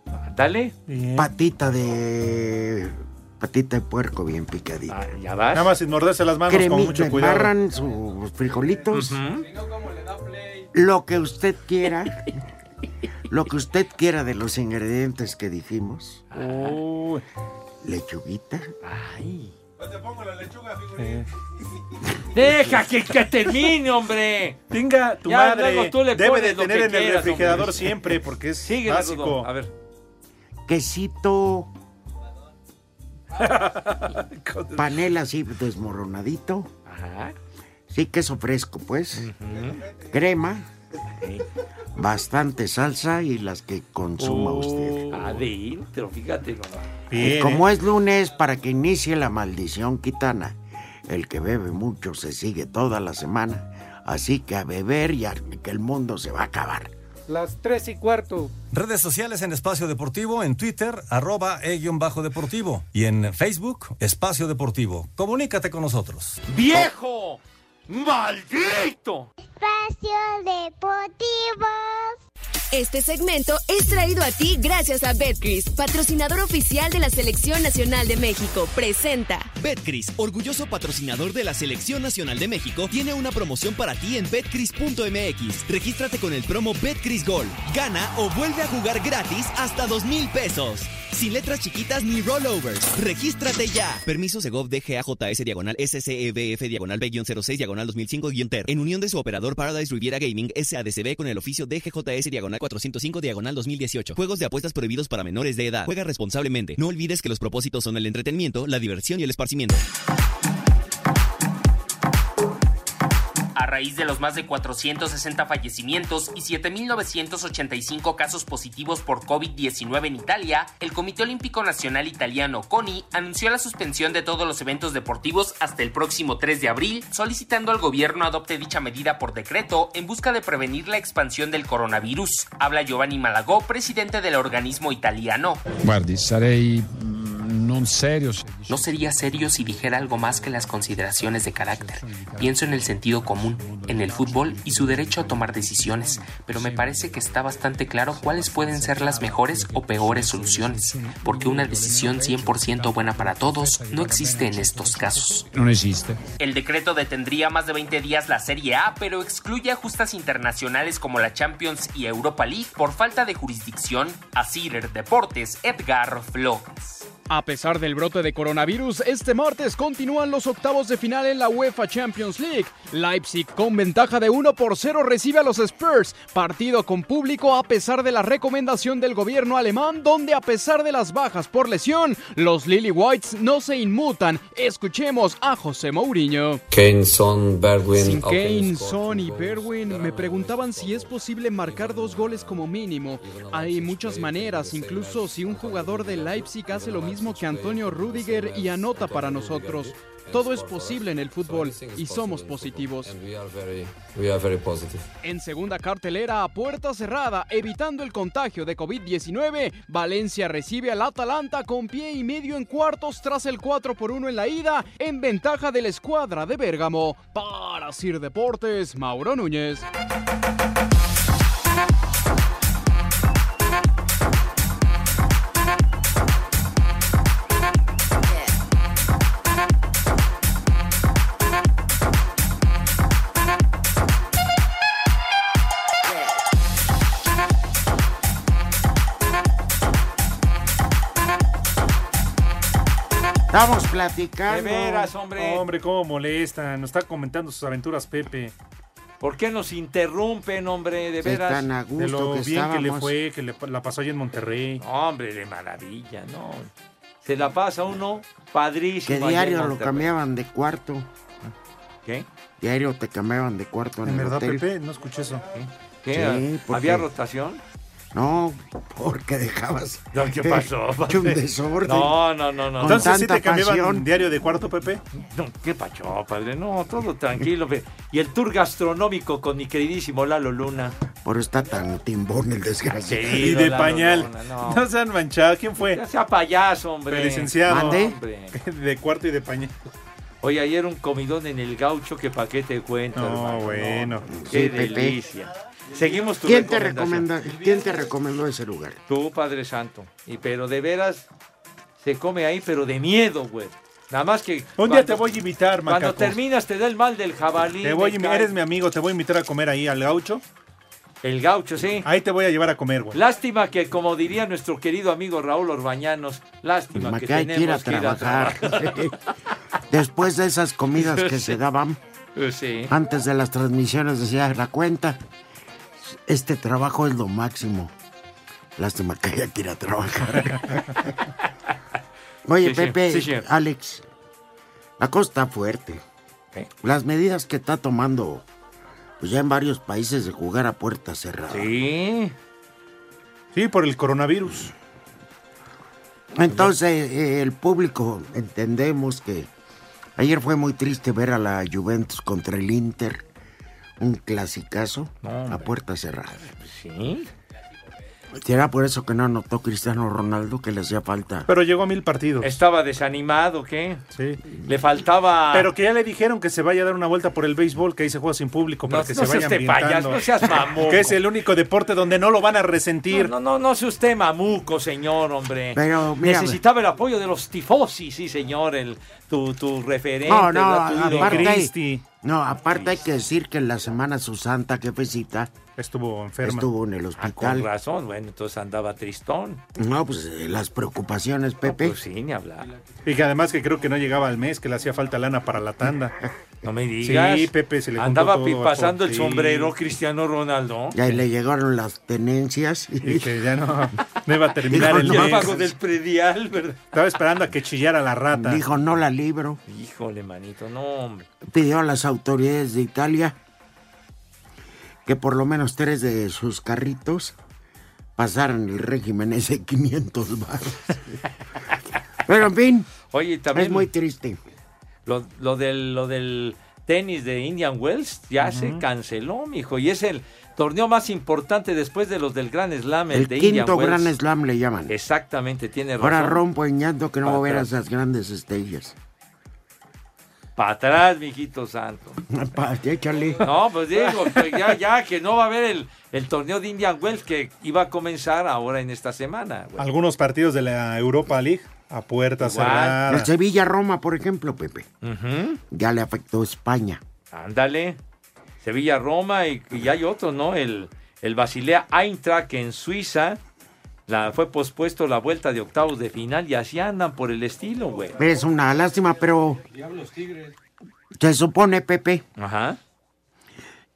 ah, Dale. Patita de. Patita de puerco bien picadita. ah, ya Nada más sin morderse las manos con mucho cuidado. Barran sus frijolitos. Lo que usted quiera. lo que usted quiera de los ingredientes que dijimos. Lechuguita. Ay. Deja que, que termine, hombre. Venga, tu Ya madre luego tú le debe de pones lo tener en que el quieras, hombre. refrigerador siempre porque es Sigue, básico. Rudo. A ver. Quesito. Panela así desmoronadito. Sí, queso fresco, pues. Crema. Bastante salsa y las que consuma Oh, usted. Adentro, fíjate nomás. Y como ¿eh? es lunes, para que inicie la maldición gitana, el que bebe mucho se sigue toda la semana. Así que a beber y a que el mundo se va a acabar. Las tres y cuarto. Redes sociales en Espacio Deportivo, en Twitter, arroba e-deportivo. Y en Facebook, Espacio Deportivo. Comunícate con nosotros. ¡Viejo! Oh. ¡Maldito! Espacio Deportivo. Este segmento es traído a ti gracias a Betcris, patrocinador oficial de la Selección Nacional de México. Presenta. Betcris, orgulloso patrocinador de la Selección Nacional de México, tiene una promoción para ti en betcris.mx. Regístrate con el promo Betcris Gol. Gana o vuelve a jugar gratis hasta dos mil pesos. Sin letras chiquitas ni rollovers. Regístrate ya. Permiso Segov DGAJS diagonal SCEBF diagonal B-06 diagonal 2005-TER. En unión de su operador Paradise Riviera Gaming SADCB con el oficio DGJS diagonal 405 diagonal 2018. Juegos de apuestas prohibidos para menores de edad. Juega responsablemente. No olvides que los propósitos son el entretenimiento, la diversión y el esparcimiento. A raíz de los más de 460 fallecimientos y 7.985 casos positivos por COVID-19 en Italia, el Comité Olímpico Nacional Italiano, CONI, anunció la suspensión de todos los eventos deportivos hasta el próximo 3 de abril, solicitando al gobierno adopte dicha medida por decreto en busca de prevenir la expansión del coronavirus. Habla Giovanni Malagó, presidente del organismo italiano. Guardi, sarei non serio se No sería serio si dijera algo más que las consideraciones de carácter. Pienso en el sentido común, en el fútbol y su derecho a tomar decisiones, pero me parece que está bastante claro cuáles pueden ser las mejores o peores soluciones, porque una decisión 100% buena para todos no existe en estos casos. non esiste. El decreto detendría más de 20 días la Serie A, pero excluye a justas internacionales como la Champions y Europa League por falta de jurisdicción. A Cider Deportes, Edgar Flores. A pesar del brote de coronavirus, este martes continúan los octavos de final en la UEFA Champions League. Leipzig con ventaja de 1 por 0 recibe a los Spurs, partido con público a pesar de la recomendación del gobierno alemán, donde a pesar de las bajas por lesión, los Lily Whites no se inmutan. Escuchemos a José Mourinho. Kane, Son, Berwin, Sin Kane, Hawkins, Son y Berwin me preguntaban si es posible marcar dos goles como mínimo. Hay muchas maneras, incluso si un jugador de Leipzig hace lo mismo que Antonio Rudiger y anota para nosotros. Todo es posible en el fútbol y somos positivos. We are very, we are very positive. En segunda cartelera a puerta cerrada, evitando el contagio de COVID-19, Valencia recibe al Atalanta con pie y medio en cuartos tras el 4 por 1 en la ida, en ventaja de la escuadra de Bérgamo. Para Sir Deportes, Mauro Núñez. Estamos platicando. De Hombre, cómo molesta. Nos está comentando sus aventuras, Pepe. ¿Por qué nos interrumpen, hombre? De Sí, veras. tan a gusto De lo que bien que le estábamos. fue, que la pasó allá en Monterrey. Hombre, de maravilla, ¿no? Se la pasa uno padrísimo. allá Que en diario lo Monterrey. cambiaban de cuarto. ¿Qué? Diario te cambiaban de cuarto en, En el verdad, hotel. Pepe, no escuché eso. ¿Qué? Sí, porque- ¿Había rotación? No, porque dejabas. No, ¿qué pasó, Hecho un padre? desorden. No, no, no, no. Con Entonces, ¿sí tanta te cambiaban pasión. diario de cuarto, Pepe? No, qué pacho, padre. No, todo tranquilo. pe- y el tour gastronómico con mi queridísimo Lalo Luna. Por está tan timbón el desgraciado. Sí, Y de la pañal. Lorona, no. no. se han manchado. ¿Quién fue? Ya sea payaso, hombre. El licenciado. ¿Mande? Hombre. De cuarto y de pañal. Oye, ayer un comidón en el gaucho que pa' qué te cuento, No, hermano, bueno. Qué Sí, Pepe. delicia. Seguimos tu ¿Quién te, recomendación. recomendó, ¿Quién te recomendó ese lugar? Tú, Padre Santo. Y pero de veras, se come ahí, pero de miedo, güey. Nada más que. Un día te voy a invitar, Cuando macaco. terminas te da el mal del jabalí. Te voy, a me invi- cae. eres mi amigo, te voy a invitar a comer ahí al gaucho. El gaucho, sí. Ahí te voy a llevar a comer, güey. Lástima que, como diría nuestro querido amigo Raúl Orbañanos, lástima que Maca, hay que ir a tenemos que ir a trabajar. trabajar. Después de esas comidas que se daban, sí. antes de las transmisiones decía la cuenta, este trabajo es lo máximo. Lástima que haya que ir a trabajar. Oye, Sí, chef. Pepe, Sí, chef. Alex, la cosa está fuerte. ¿Eh? Las medidas que está tomando, pues ya en varios países de jugar a puerta cerrada. Sí. Sí, por el coronavirus. Entonces, eh, el público, entendemos que ayer fue muy triste ver a la Juventus contra el Inter, un clasicazo a puerta cerrada. Sí. ¿Será por eso que no anotó Cristiano Ronaldo que le hacía falta? Pero llegó a mil partidos. Estaba desanimado, ¿qué? Sí. Le faltaba. Pero que ya le dijeron que se vaya a dar una vuelta por el béisbol, que ahí se juega sin público, para No, que no se seas vaya usted ambientando. payaso, no seas mamón. Que es el único deporte donde no lo van a resentir. No, no, no, no sea usted mamuco, señor, hombre. Pero, mira, Necesitaba el apoyo de los tifosi, sí, señor, el, tu, tu referente. No, no, ¿verdad? Tu ídolo. aparte, hay, no, aparte hay que decir que en la semana su santa jefecita estuvo estuvo en el Ah, con hospital. razón, bueno, entonces andaba tristón. No, pues eh, las preocupaciones, Pepe. Pues sí, ni hablar. Y que además que creo que no llegaba al mes, que le hacía falta lana para la tanda. No me digas. Sí, Pepe se le juntó Andaba todo, pasando el sí. sombrero Cristiano Ronaldo. Y ahí le llegaron las tenencias. Y que ya no, no iba a terminar Dijo, el "No, Ya mes. pago del predial, ¿verdad? Estaba esperando a que chillara la rata. Dijo, no la libro. Híjole, manito, no, hombre. pidió a las autoridades de Italia que por lo menos tres de sus carritos pasaran el régimen ese de 500 baros. Pero en fin, Oye, también es muy triste. lo, lo del, lo del tenis de Indian Wells ya se canceló, mijo. Y es el torneo más importante después de los del Gran Slam, el, El de quinto Indian Wells. Gran Slam le llaman. Exactamente, tiene razón. Ahora rompo ñando que no va a ver Para a atrás. esas grandes estrellas. Para atrás, mijito santo. Pa- Échale. No, pues digo, que ya, ya, que no va a haber el, el torneo de Indian Wells que iba a comenzar ahora en esta semana. güey. Algunos partidos de la Europa League a puerta Igual. El cerrada. Sevilla-Roma, por ejemplo, Pepe. Ujú. Ya le afectó España. Ándale. Sevilla-Roma y, y hay otro, ¿no? El, el Basilea Eintracht en Suiza. La, fue pospuesto la vuelta de octavos de final y así andan por el estilo, güey. Es una lástima, pero se supone, Pepe, Ajá.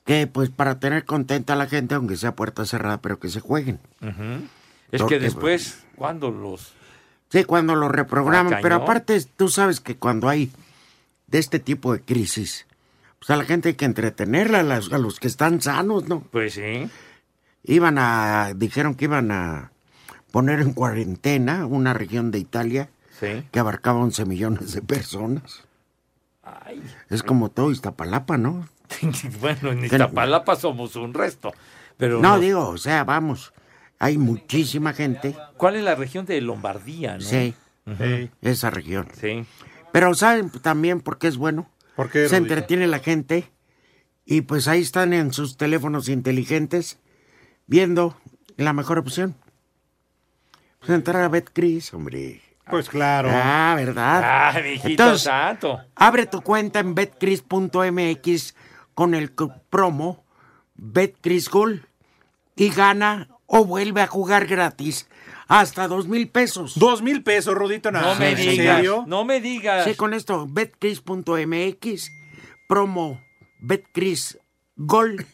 que pues para tener contenta a la gente, aunque sea puerta cerrada, pero que se jueguen. Ujú. Es Porque- que después, cuando los... Sí, cuando lo reprograman, Ah, pero cañón. aparte tú sabes que cuando hay de este tipo de crisis, pues a la gente hay que entretenerla, a las- a los que están sanos, ¿no? Pues sí. Iban a, dijeron que iban a poner en cuarentena una región de Italia Sí. que abarcaba 11 millones de personas. Ay. Es como todo Iztapalapa, ¿no? bueno, en Iztapalapa somos un resto. Pero no, nos- digo, o sea, vamos, hay muchísima gente, ¿Cuál es la región de Lombardía, no? sí, Sí. esa región. Sí. Pero ¿saben también por qué es bueno? ¿Por qué, Se Rudito? entretiene la gente y pues ahí están en sus teléfonos inteligentes viendo la mejor opción. Pues entrar a BetCris, hombre. Pues claro. Ah, ¿verdad? Ah, mijito Entonces, santo. abre tu cuenta en betcris.mx con el co- promo BetCrisGol y gana o vuelve a jugar gratis hasta dos mil pesos. Dos mil pesos, Rudito. No nada. me ¿En digas, serio? no me digas. Ah, Sí, con esto, betcris.mx, promo betcris gol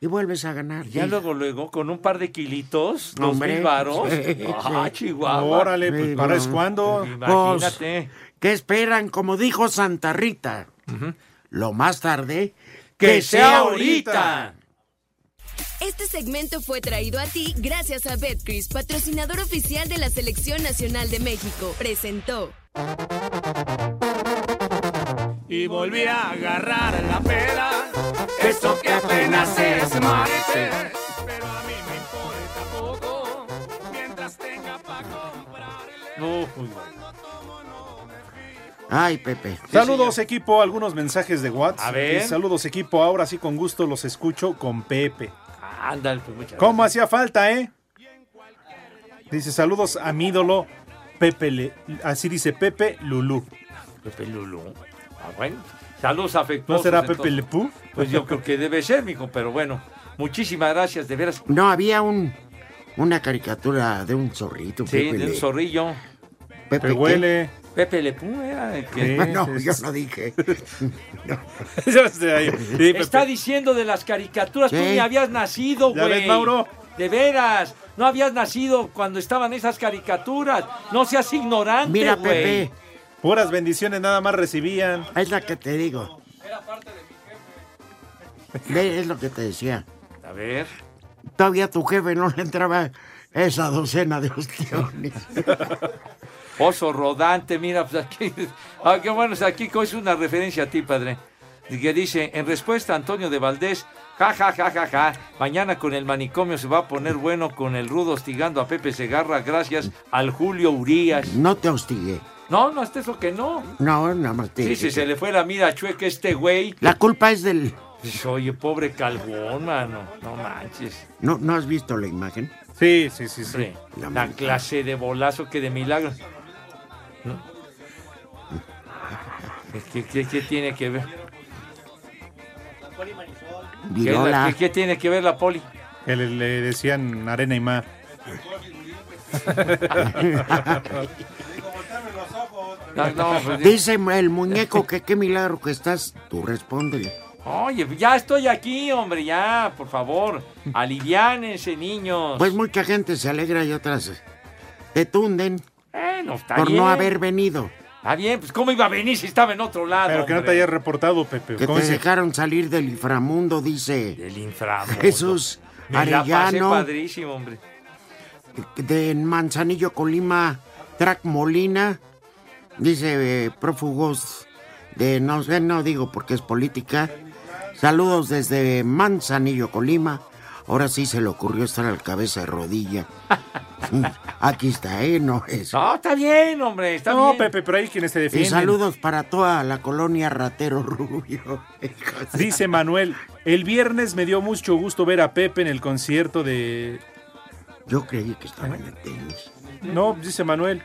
y vuelves a ganar. Pues Ya Sí. luego, luego, con un par de kilitos, dos Hombre, mil varos. sí, Ah, sí. Chihuahua. Órale, Sí, pues para no. es cuando. Imagínate. ¿Qué esperan? Como dijo Santa Rita, lo más tarde, ¡Que, sea ahorita! Este segmento fue traído a ti gracias a Betcris, patrocinador oficial de la Selección Nacional de México. Presentó. y volví Pues, a agarrar la pera. Eso que apenas es martes. pues, Ay, Pepe. Saludos equipo, algunos mensajes de WhatsApp. A ver. Saludos equipo, ahora sí con gusto los escucho con Pepe. Ándale, pues muchas ¿Cómo hacía falta, eh? Dice saludos a mi ídolo Pepe, Le- así dice Pepe Lulú. Pepe Lulú. Ah, bueno. Saludos afectuosos. ¿No será entonces. Pepe Lepú? Pues yo creo que debe ser, mijo, pero bueno. Muchísimas gracias, de veras. No, había un una caricatura de un zorrito. Sí, Pepe de un Le- zorrillo. Pepe, ¿qué? Ah, Pepe Lepú era el que... no, yo no dije. Está diciendo de las caricaturas, tú Sí. ni habías nacido, ¿Ya güey. ves, Mauro? De veras, no habías nacido cuando estaban esas caricaturas. No seas ignorante, Mira, güey. Pepe. Puras bendiciones nada más recibían. Es la que te digo. Ve, Es lo que te decía. A ver. Todavía tu jefe no le entraba esa docena de ostiones. Oso rodante, mira, pues aquí, ah, qué bueno, o sea, aquí es una referencia a ti, padre. Que dice, en respuesta a Antonio de Valdés, ja, ja, ja, ja, ja, mañana con el manicomio se va a poner bueno con el rudo hostigando a Pepe Segarra gracias al Julio Urías. No te hostigué. No, no, hasta eso que no. No, nada más te Sí, sí, dije. se le fue la mira chueca a este güey. La culpa es del... Pues, oye, pobre Calvón, mano, no manches. ¿No, ¿No has visto la imagen? Sí, sí, sí, sí. La clase de bolazo que de milagro. ¿No? ¿Qué, qué- qué tiene que ver? ¿Qué, es la- Virola. qué- qué tiene que ver la poli? Que le, le decían arena y mar. No, no, pues, Dice el muñeco que qué milagro que estás. Tú respóndele. Oye, ya estoy aquí, hombre, ya, por favor. Aliviánense, niños. Pues mucha gente se alegra y otras eh, te tunden Bueno, está por bien. no haber venido. Está bien, pues ¿cómo iba a venir si estaba en otro lado? Pero que no te Ah, hombre? hayas reportado, Pepe. Que ¿Cómo te se- dejaron salir del inframundo, dice. Del inframundo. Jesús Me la pasé Arellano padrísimo, hombre. de Manzanillo, Colima, Track Molina. Dice eh, prófugos de no sé, no digo porque es política. Saludos desde Manzanillo, Colima. Ahora sí se le ocurrió estar al cabeza de rodilla. Aquí está, ¿eh? No es. No, está bien, hombre, está No, bien. Pepe, pero hay quienes te Y defienden. saludos para toda la colonia Ratero Rubio. Dice Manuel, el viernes me dio mucho gusto ver a Pepe en el concierto de... Yo creí que estaba en el tenis. No, dice Manuel.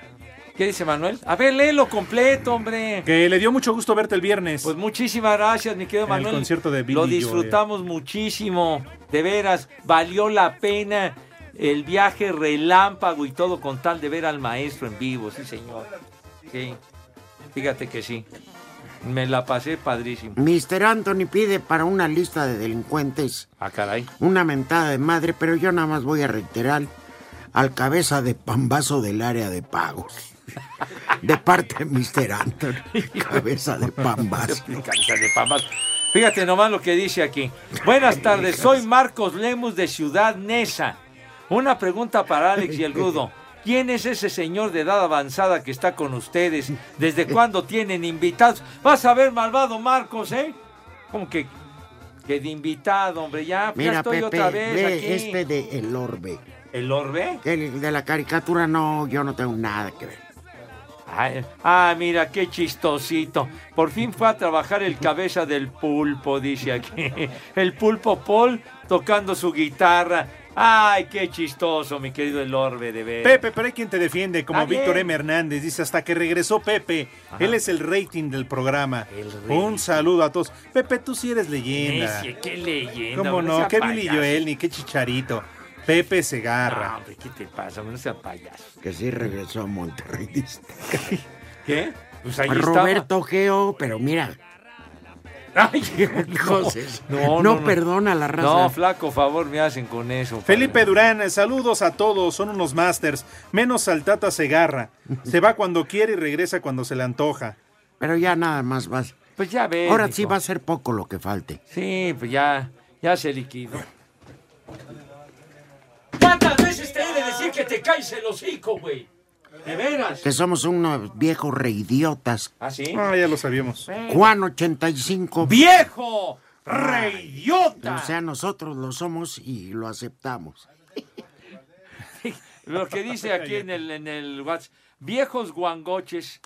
¿Qué dice Manuel? A ver, léelo completo, hombre. Que le dio mucho gusto verte el viernes. Pues muchísimas gracias, mi querido En el Manuel. concierto de Billy Lo Joel. disfrutamos muchísimo, de veras, valió la pena el viaje relámpago y todo con tal de ver al maestro en vivo, sí señor. Sí, fíjate que sí. Me la pasé padrísimo. Mr. Anthony pide para una lista de delincuentes Ah, caray. una mentada de madre, pero yo nada más voy a reiterar al cabeza de pambazo del área de pagos. De parte de Mr. Anthony, cabeza de pambazo. Cabeza de papas. Fíjate nomás lo que dice aquí. Buenas tardes, soy Marcos Lemus de Ciudad Neza. Una pregunta para Alex y el Rudo. ¿Quién es ese señor de edad avanzada que está con ustedes? ¿Desde cuándo tienen invitados? Vas a ver, malvado Marcos, ¿eh? Como que, que de invitado, hombre, ya, ya Mira, estoy Pepe, otra vez ve aquí. este de El Orbe. ¿El orbe? El de la caricatura, no, yo no tengo nada que ver. Ay, ah, mira, qué chistosito. Por fin fue a trabajar el cabeza del pulpo, dice aquí. El pulpo Paul tocando su guitarra. Ay, qué chistoso, mi querido el orbe de ver. Pepe, pero hay quien te defiende, como Está eh, Ah, bien. Víctor M. Hernández. Dice, hasta que regresó Pepe. Él es el rating del programa. Un saludo a todos. Pepe, tú sí eres leyenda. Necio, qué leyenda. ¿Cómo hombre, no? sea Qué Billy payaso. Ah, Joel, ni qué chicharito. Pepe No, Segarra. hombre, ¿qué te pasa? hombre? No sea payaso. Que sí regresó a Monterrey. dice. ¿Qué? Pues ahí Roberto Geo, pero mira, estaba. Ay, Entonces, no, no no. perdona la raza. No, flaco, favor me hacen con eso. Felipe Durán, saludos a todos, son unos masters, menos al Tata Segarra. Se va cuando quiere y regresa cuando se le antoja. Pero ya nada más vas. Pues ya ves. Ahora sí hijo. va a ser poco lo que falte. Sí, pues ya, ya se liquidó. ¿Cuántas veces te he de decir que te caes el hocico, güey? ¿De veras? Que somos unos viejos reidiotas. ¿Ah, sí? Ah, ya lo sabíamos. Juan 85. ¡Viejo! ¡Reidiota! O sea, nosotros lo somos y lo aceptamos. Lo que dice aquí en el, en el WhatsApp. Viejos guangoches.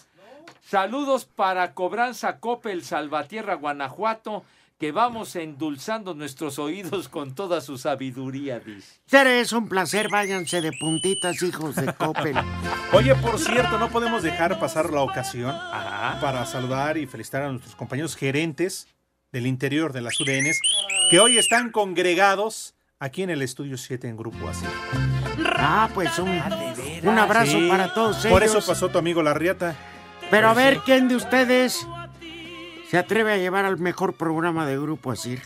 Saludos para Cobranza Copel, Salvatierra, Guanajuato, que vamos endulzando nuestros oídos con toda su sabiduría, dice. Seres, es un placer, váyanse de puntitas, hijos de Coppel. Oye, por cierto, no podemos dejar pasar la ocasión para saludar y felicitar a nuestros compañeros gerentes del interior de las UDNs que hoy están congregados aquí en el Estudio 7 en Grupo así. Ah, pues un, un abrazo Sí, para todos ellos. Por eso pasó tu amigo Larriata. Pero a Pues ver, sí. ¿quién de ustedes se atreve a llevar al mejor programa de Grupo Asir?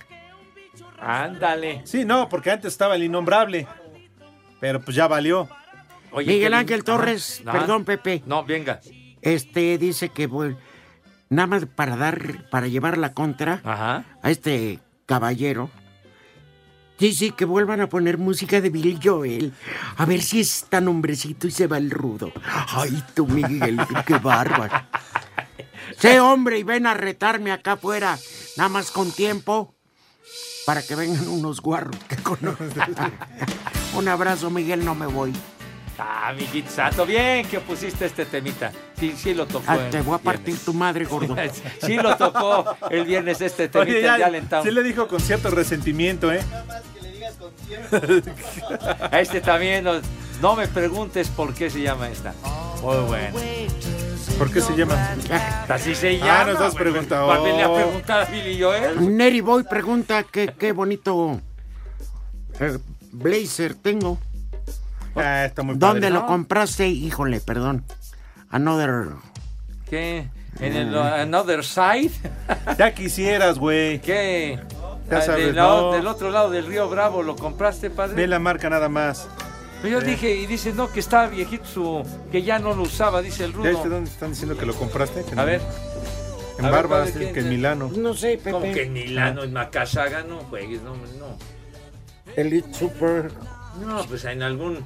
Ándale. Sí, no, porque antes estaba el innombrable. Pero pues ya valió. Miguel Ángel Torres, perdón, Pepe. No, venga. Este dice que bueno, nada más para dar, para llevar la Ah. contra a este caballero. Dice que vuelvan a poner música de Bill Joel. A ver si es tan hombrecito y se va el rudo. Ay, tú, Miguel, qué bárbaro. Sé hombre y ven a retarme acá afuera, nada más con tiempo, para que vengan unos guarros que conozco. Un abrazo, Miguel, no me voy. Ah, mi Guitzato, bien que pusiste este temita. Sí, sí lo tocó. Ah, el te voy a partir viernes. tu madre, gordo. Sí lo tocó el viernes este temita, Oye, ya, ya, alentamos. sí le dijo con cierto resentimiento, ¿eh? A este también, no, no me preguntes por qué se llama esta. Muy Oh, bueno. ¿Por qué se llama? Así se llama. Ah, nos has güey. preguntado. Para venir a preguntar a Billy Joel. Neri Boy pregunta que qué bonito eh, blazer tengo. Ah, está muy ¿Dónde padre. lo compraste? Híjole, perdón. Another. ¿Qué? ¿En Mm. el uh, Another Side? Ya quisieras, güey. ¿Qué? Ya Ah, sabes, del, lado- no. del otro lado del río Bravo, ¿lo compraste, padre? Ve la marca nada más. Pero yo dije, y dice, no, que estaba viejito, su- que ya no lo usaba, dice el ¿Ya viste rudo. dónde están diciendo que lo compraste? Que A no- ver. En A ver, Bárbara, padre, ¿quién que en es? Milano. Pues No sé, Pepe. Como que en Milano, en Macasaga, no juegues, no, hombre, no. Elite Super. No, pues en algún.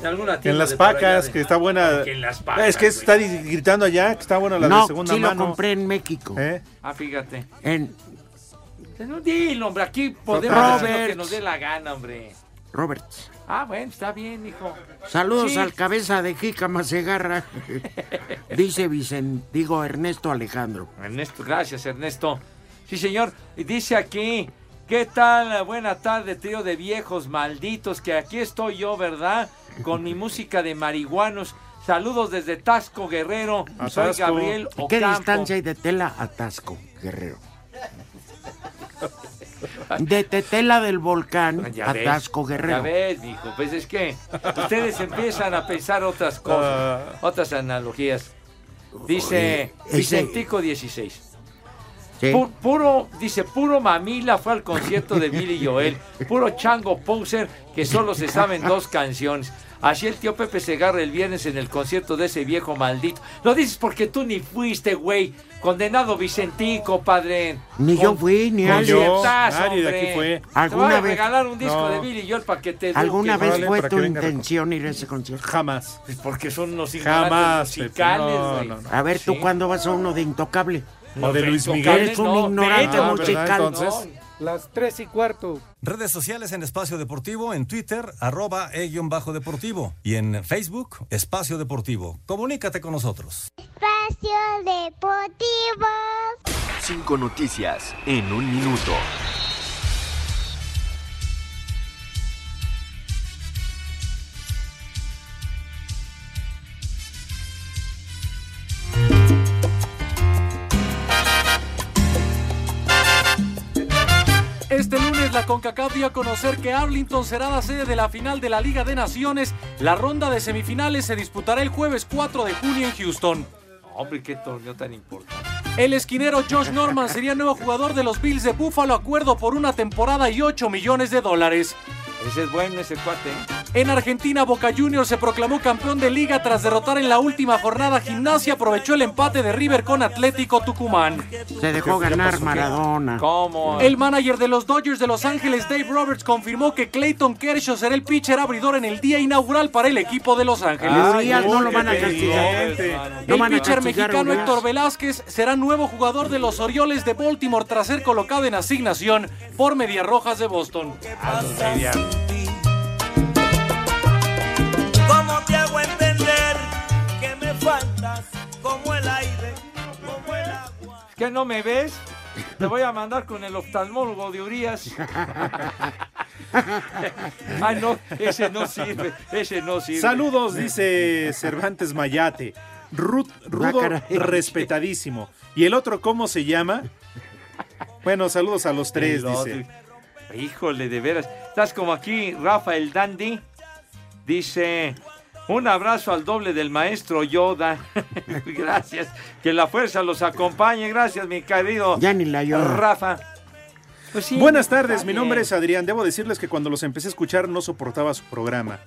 En alguna En tienda las de por allá pacas, de- que está buena. Que en las pacas. Es que güey. está di- gritando allá, que está buena la de No, segunda sí lo mano. compré en México. ¿Eh? Ah, fíjate. En No, dilo, hombre, aquí podemos hacer lo que Roberts. nos dé la gana, hombre. Roberts. Ah, bueno, está bien, hijo. Saludos Sí. al cabeza de Jícama Segarra. Dice Vicente, digo Ernesto Alejandro. Ernesto, gracias, Ernesto. Sí, señor. Y Dice aquí, ¿qué tal? Buena tarde, trío de viejos malditos, que aquí estoy yo, ¿verdad? Con mi música de marihuanos. Saludos desde Tasco Guerrero. A Soy Tasco. Gabriel ¿A Ocampo. ¿Qué distancia hay de Tela a Tasco, Guerrero? De Tetela del Volcán Ah, Ya a ves, Tasco Ya Guerrero. ves, hijo. Pues es que ustedes empiezan a pensar otras cosas, otras analogías. Dice Ah. Oye, ese- Vicentico 16. Sí. Pu- puro, dice, puro mamila fue al concierto de Billy Joel. Puro chango poser que solo se saben dos canciones. Así el tío Pepe se agarra el viernes en el concierto de ese viejo maldito. Lo dices porque tú ni fuiste, güey. Condenado Vicentico, padre. Ni yo fui, ni Con Alex. ciertazo, Nadie de hombre. aquí fue. Te voy ¿Alguna a vez? regalar un disco No. de Billy Joel para que te eduques. ¿Alguna vez Órale, fue para tu que venga. intención ir a ese concierto? Jamás. Pues Porque son unos ignorantes Jamás, Pepe. musicales, No, güey. no, no. A ver, ¿tú cuándo vas a uno de Intocable? O de Luis Miguel. Eres un No, ignorante Pepe. musical. Ah, ¿verdad? Entonces- Las tres y cuarto. Redes sociales en Espacio Deportivo, en Twitter, arroba E e-deportivo y en Facebook, Espacio Deportivo. Comunícate con nosotros. Espacio Deportivo. Cinco noticias en un minuto. Este lunes la CONCACAF dio a conocer que Arlington será la sede de la final de la Liga de Naciones. La ronda de semifinales se disputará el jueves 4 de junio en Houston. Hombre, qué torneo tan importante. El esquinero Josh Norman sería nuevo jugador de los Bills de Buffalo, acuerdo por una temporada y 8 millones de dólares. Ese es bueno, ese cuate. ¿eh? En Argentina, Boca Juniors se proclamó campeón de liga tras derrotar en la última jornada a Gimnasia, aprovechó el empate de River con Atlético Tucumán. Se dejó ganar Maradona. ¿Cómo? El manager de los Dodgers de Los Ángeles, Dave Roberts, confirmó que Clayton Kershaw será el pitcher abridor en el día inaugural para el equipo de Los Ángeles. Luis Díaz no lo van a castigar. No el van a pitcher castigar mexicano Urias. Héctor Velázquez será nuevo jugador de los Orioles de Baltimore tras ser colocado en asignación por Medias Rojas de Boston. ¿Cómo te hago entender que me faltas como el aire? ¿Qué no me ves? Te voy a mandar con el oftalmólogo de Urias. Ah, Ay, no, ese no sirve, ese no sirve. Saludos, dice Cervantes Mayate. Ruth, Ah, rudo, respetadísimo. ¿Y el otro cómo se llama? Bueno, saludos a los tres, El otro. dice. Híjole, de veras. Estás como aquí, Rafa el Dandy. Dice, un abrazo al doble del maestro Yoda. Gracias. Que la fuerza los acompañe. Gracias, mi querido Ya ni la lloro. Rafa. Pues sí, Buenas tardes, mi vale. nombre es Adrián. Debo decirles que cuando los empecé a escuchar no soportaba su programa.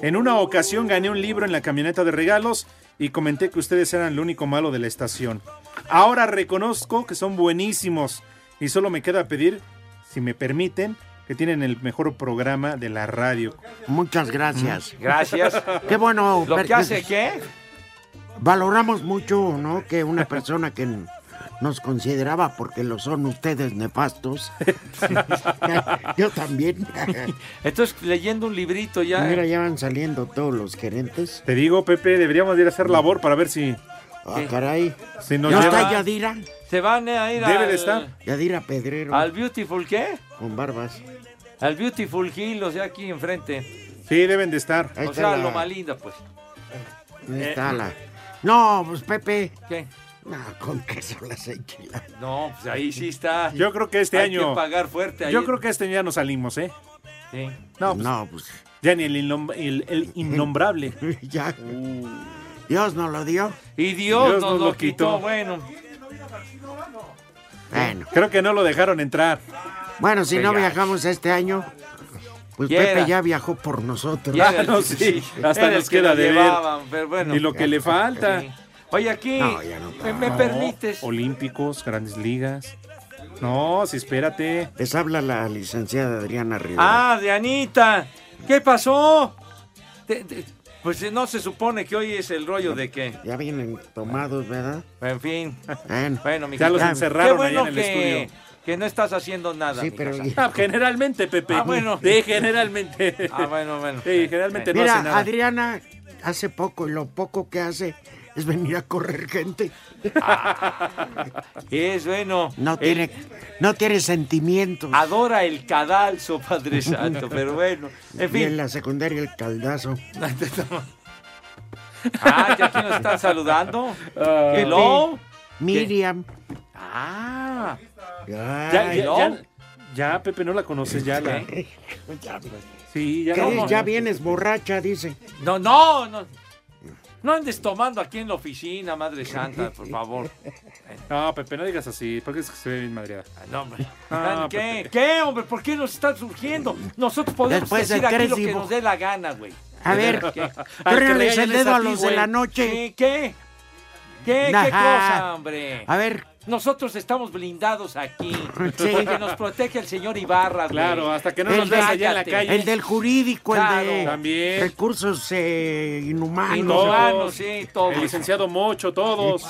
En una ocasión gané un libro en la camioneta de regalos y comenté que ustedes eran lo único malo de la estación. Ahora reconozco que son buenísimos y solo me queda pedir, si me permiten, que tienen el mejor programa de la radio. Muchas gracias. Gracias. Qué bueno. Mm. ¿Lo ver que hace qué? Valoramos mucho, ¿no? Que una persona que n- nos consideraba, porque lo son ustedes nefastos. Yo también. Entonces, leyendo un librito ya. Mira, ya van saliendo todos los gerentes. Te digo, Pepe, deberíamos de ir a hacer labor para ver si, Ah, caray. si nos ¿No lleva- está Yadira? Se van a ir Debe al- de estar. Yadira Pedrero. al Beautiful, ¿qué? Con barbas. Al Beautiful Hill, o sea, aquí enfrente. Sí, deben de estar. Ahí O está sea, la- lo más linda, pues. Eh, Ahí está la- No, pues Pepe. ¿Qué? No, con queso las enchiladas. No, pues ahí sí está. Yo creo que este Hay año- que pagar fuerte. ahí. Yo creo que este ya nos salimos, ¿eh? Sí. No, pues, No, pues ya ni el, innom- el- el innombrable. ya. uh. Dios nos lo dio. Y Dios, Dios nos, lo quitó. Bueno, Ah, Bueno, Creo que no lo dejaron entrar. bueno, Pues si no Venga. viajamos este año, pues Ya Pepe era. ya viajó por nosotros. ya era no, el- sí, era hasta el nos que queda de ver. llevaban, pero bueno. Y lo que le falta. Sí. Oye, aquí, No, ya no. ¿me, me No, permites? Olímpicos, grandes ligas. No, si espérate. Les habla la licenciada Adriana Rivera. Ah, de Anita. ¿Qué pasó? Te- te- pues no se supone que hoy es el rollo de que. Ya vienen tomados, ¿verdad? En fin. Bueno, Bueno, mi Ya los Ya. Qué encerraron bueno allá en el que, estudio. que no estás haciendo nada. sí, mi pero... casa. Ah, generalmente, Pepe. Ah, bueno. Sí, generalmente. Ah, bueno, bueno. Sí, generalmente no hace Mira, nada. Adriana hace poco y lo poco que hace es venir a correr gente. Es bueno. No Eh. El- tiene, no tiene sentimientos. Adora el cadalso, Padre Santo, pero bueno. En Y en fin. la secundaria el caldazo. Ah, ya aquí nos están saludando. Ah. Hello. Miriam. Ah, Ya, Ay, ya, ¿no? ya, ya, Pepe, no la conoces ya. La... ¿Eh? Sí, ya ¿qué no. dices? ya vienes borracha, dice. no, no, no. No andes tomando aquí en la oficina, Madre Santa, por favor. No, Pepe, no digas así, porque es que se ve bien madreada. Ah, No, hombre. Ah, ¿Qué? ¿Qué, hombre? ¿Por qué nos están surgiendo? Nosotros podemos Después de decir aquí tres lo que dibujos. nos dé la gana, güey. A De ver, veras, ¿qué? Córreles el regañes dedo a a ti, los de güey. la noche. ¿Qué? ¿Qué? ¿Qué, qué Ajá. cosa, hombre? A ver, Nosotros estamos blindados aquí. Sí. Porque nos protege el señor Ibarra, güey. Claro, hasta que no El nos veas allá en la Cállate. calle. el del jurídico, el de Claro. También. recursos eh, inhumanos. Inhumanos, sí, todos. El licenciado Mocho, todos.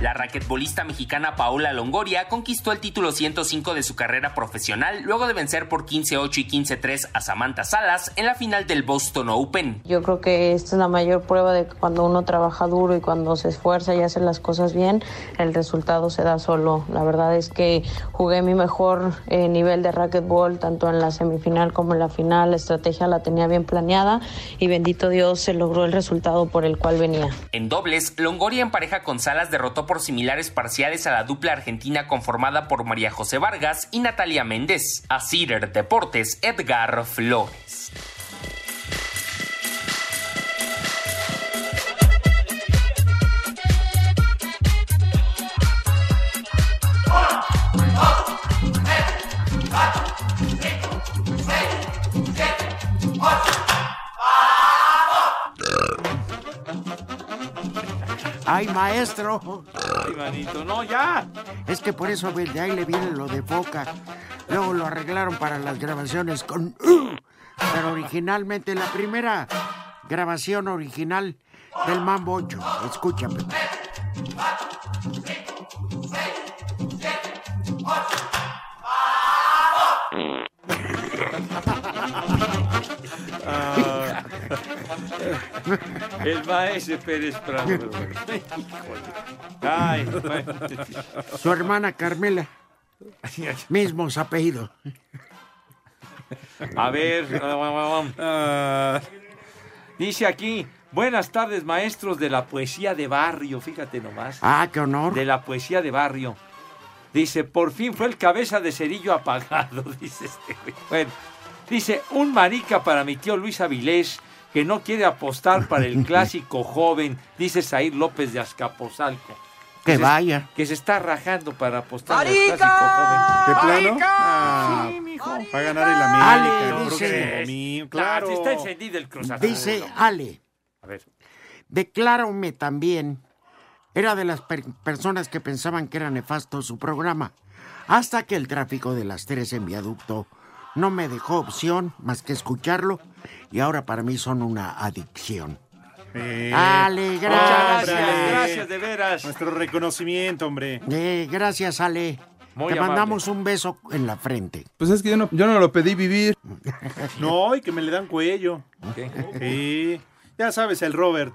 La raquetbolista mexicana Paola Longoria conquistó el título 105 de su carrera profesional luego de vencer por 15-8 y 15-3 a Samantha Salas en la final del Boston Open. Yo creo que esta es la mayor prueba de que cuando uno trabaja duro y cuando se esfuerza y hace las cosas bien, el resultado se da solo. La verdad es que jugué mi mejor eh, nivel de racquetball tanto en la semifinal como en la final. La estrategia la tenía bien planeada y bendito Dios se logró el resultado por el cual venía. En dobles, Longoria en pareja con Salas derrotó por similares parciales a la dupla argentina conformada por María José Vargas y Natalia Méndez. A Cider Deportes, Edgar Flores. ¡Ay, maestro! Ay, manito, no, ya. Es que por eso a ver, de ahí le viene lo de Boca. Luego lo arreglaron para las grabaciones con... Pero originalmente la primera grabación original del Mambo 8. Escúchame. Ah. El maese Pérez Prado. Ay, bueno. Su hermana Carmela. Mismos apellidos. A ver. ah, Dice aquí, buenas tardes maestros de la poesía de barrio, fíjate nomás. Ah, qué honor. De la poesía de barrio. Dice, por fin fue el cabeza de cerillo apagado, dice este güey. Bueno, dice, un marica para mi tío Luis Avilés, que no quiere apostar para el clásico joven, dice Zair López de Azcapotzalco. Que vaya. Que se está rajando para apostar al clásico joven. ¿De plano? Ah, va a ganar el América. Ale, el dice- próximo mío, claro. Ah, sí está encendido el Cruz Azul. Dice Ale. A ver. Declárame también. Era de las per- personas que pensaban que era nefasto su programa. Hasta que el tráfico de las tres en viaducto no me dejó opción más que escucharlo. Y ahora para mí son una adicción. Ale, gracias. Hombre. Eh, gracias, de veras. Nuestro reconocimiento, hombre. Eh, gracias, Ale. Muy Te amable. mandamos un beso en la frente. Pues es que yo no, yo no lo pedí vivir. No, y que me le dan cuello. Sí. Ya sabes, el Robert.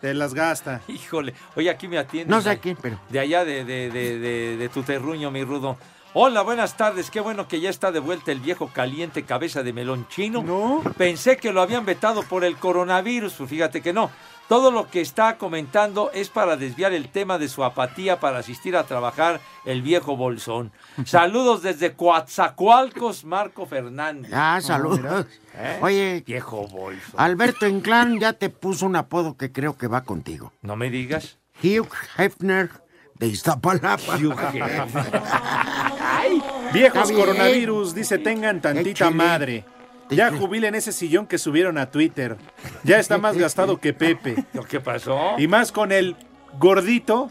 Te las gasta. Híjole. Oye, aquí me atiende. No sé Ay, quién, ah, pero- De allá de, de, de, de, de tu terruño, mi rudo. Hola, buenas tardes. Qué bueno que ya está de vuelta el viejo caliente cabeza de melón chino. No. Pensé que lo habían vetado por el coronavirus. Pues fíjate que no. Todo lo que está comentando es para desviar el tema de su apatía para asistir a trabajar el viejo bolsón. Saludos desde Coatzacoalcos, Marco Fernández. Ah, saludos. ¿Eh? Oye. Viejo bolsón. Alberto Inclán ya te puso un apodo que creo que va contigo. No me digas. Hugh Hefner de Iztapalapa. Hugh Hefner. Viejos Está bien. coronavirus, dice, tengan tantita madre. Ya jubilen ese sillón que subieron a Twitter. Ya está más gastado que Pepe. ¿Lo que pasó? Y más con el gordito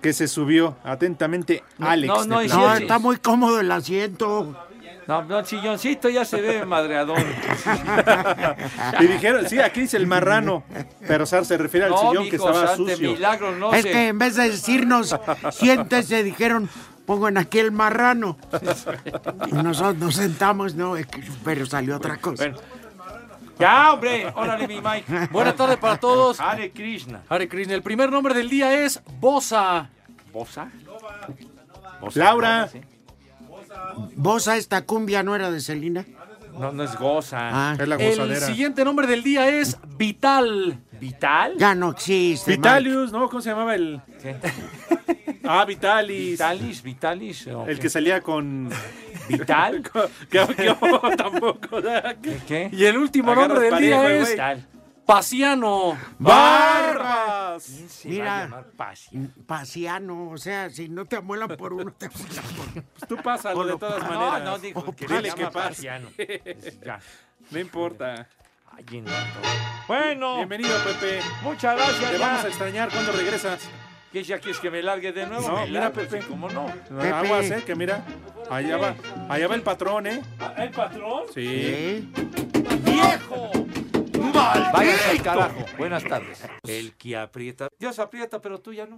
que se subió. Atentamente, Alex. no, de no, y Plano. sí, No, sí. está muy cómodo el asiento. No, no, el silloncito ya se ve madreadón. Y dijeron, sí, aquí dice el marrano. Pero Sar se refiere al No, sillón que mijo, estaba santo, sucio. milagro, no es sé. que en vez de decirnos, siéntese, dijeron, pongan aquí el marrano. Y nosotros nos sentamos, no, es que- pero salió otra cosa. Ya, hombre. Órale, mi Mike. Buena tarde para todos. Hare Krishna. Hare Krishna, el primer nombre del día es Bosa. ¿Bosa? Laura. ¿Vos a esta cumbia no era de Celina? No, no es goza. Ah. Es la El gozadera. siguiente nombre del día es Vital. ¿Vital? Ya no existe. Vitalius, ¿no? ¿Cómo se llamaba el...? Ah, Vitalis. Vitalis, Vitalis. ok. El que salía con... ¿Vital? que, que- tampoco. ¿Qué? qué? Y el último nombre del Agarras día parejo, es güey. Pasiano. ¡Barbas! ¿Quién se va a Mira. llamar Pasi? Marc. Pasiano, o sea, si no te amuelan por uno, te amuelan por Tú pásalo de todas No, maneras. no, dijo pues, que Dile se que llama pase. Pasiano. Ya. No importa. Ay, en- Bueno. Bienvenido, Pepe. Muchas gracias. Te ya. vamos a extrañar cuando regresas. ¿Qué ya quieres que me largue de nuevo? No, Me mira, largo, Pepe. sí, ¿Cómo no? Pepe. Aguas, eh, que mira. Allá va, allá va el patrón, ¿eh? Ah, ¿El patrón? Sí. ¿Eh? ¡Viejo! Váyanse al carajo. Buenas tardes. El que aprieta. Dios aprieta, pero tú ya no.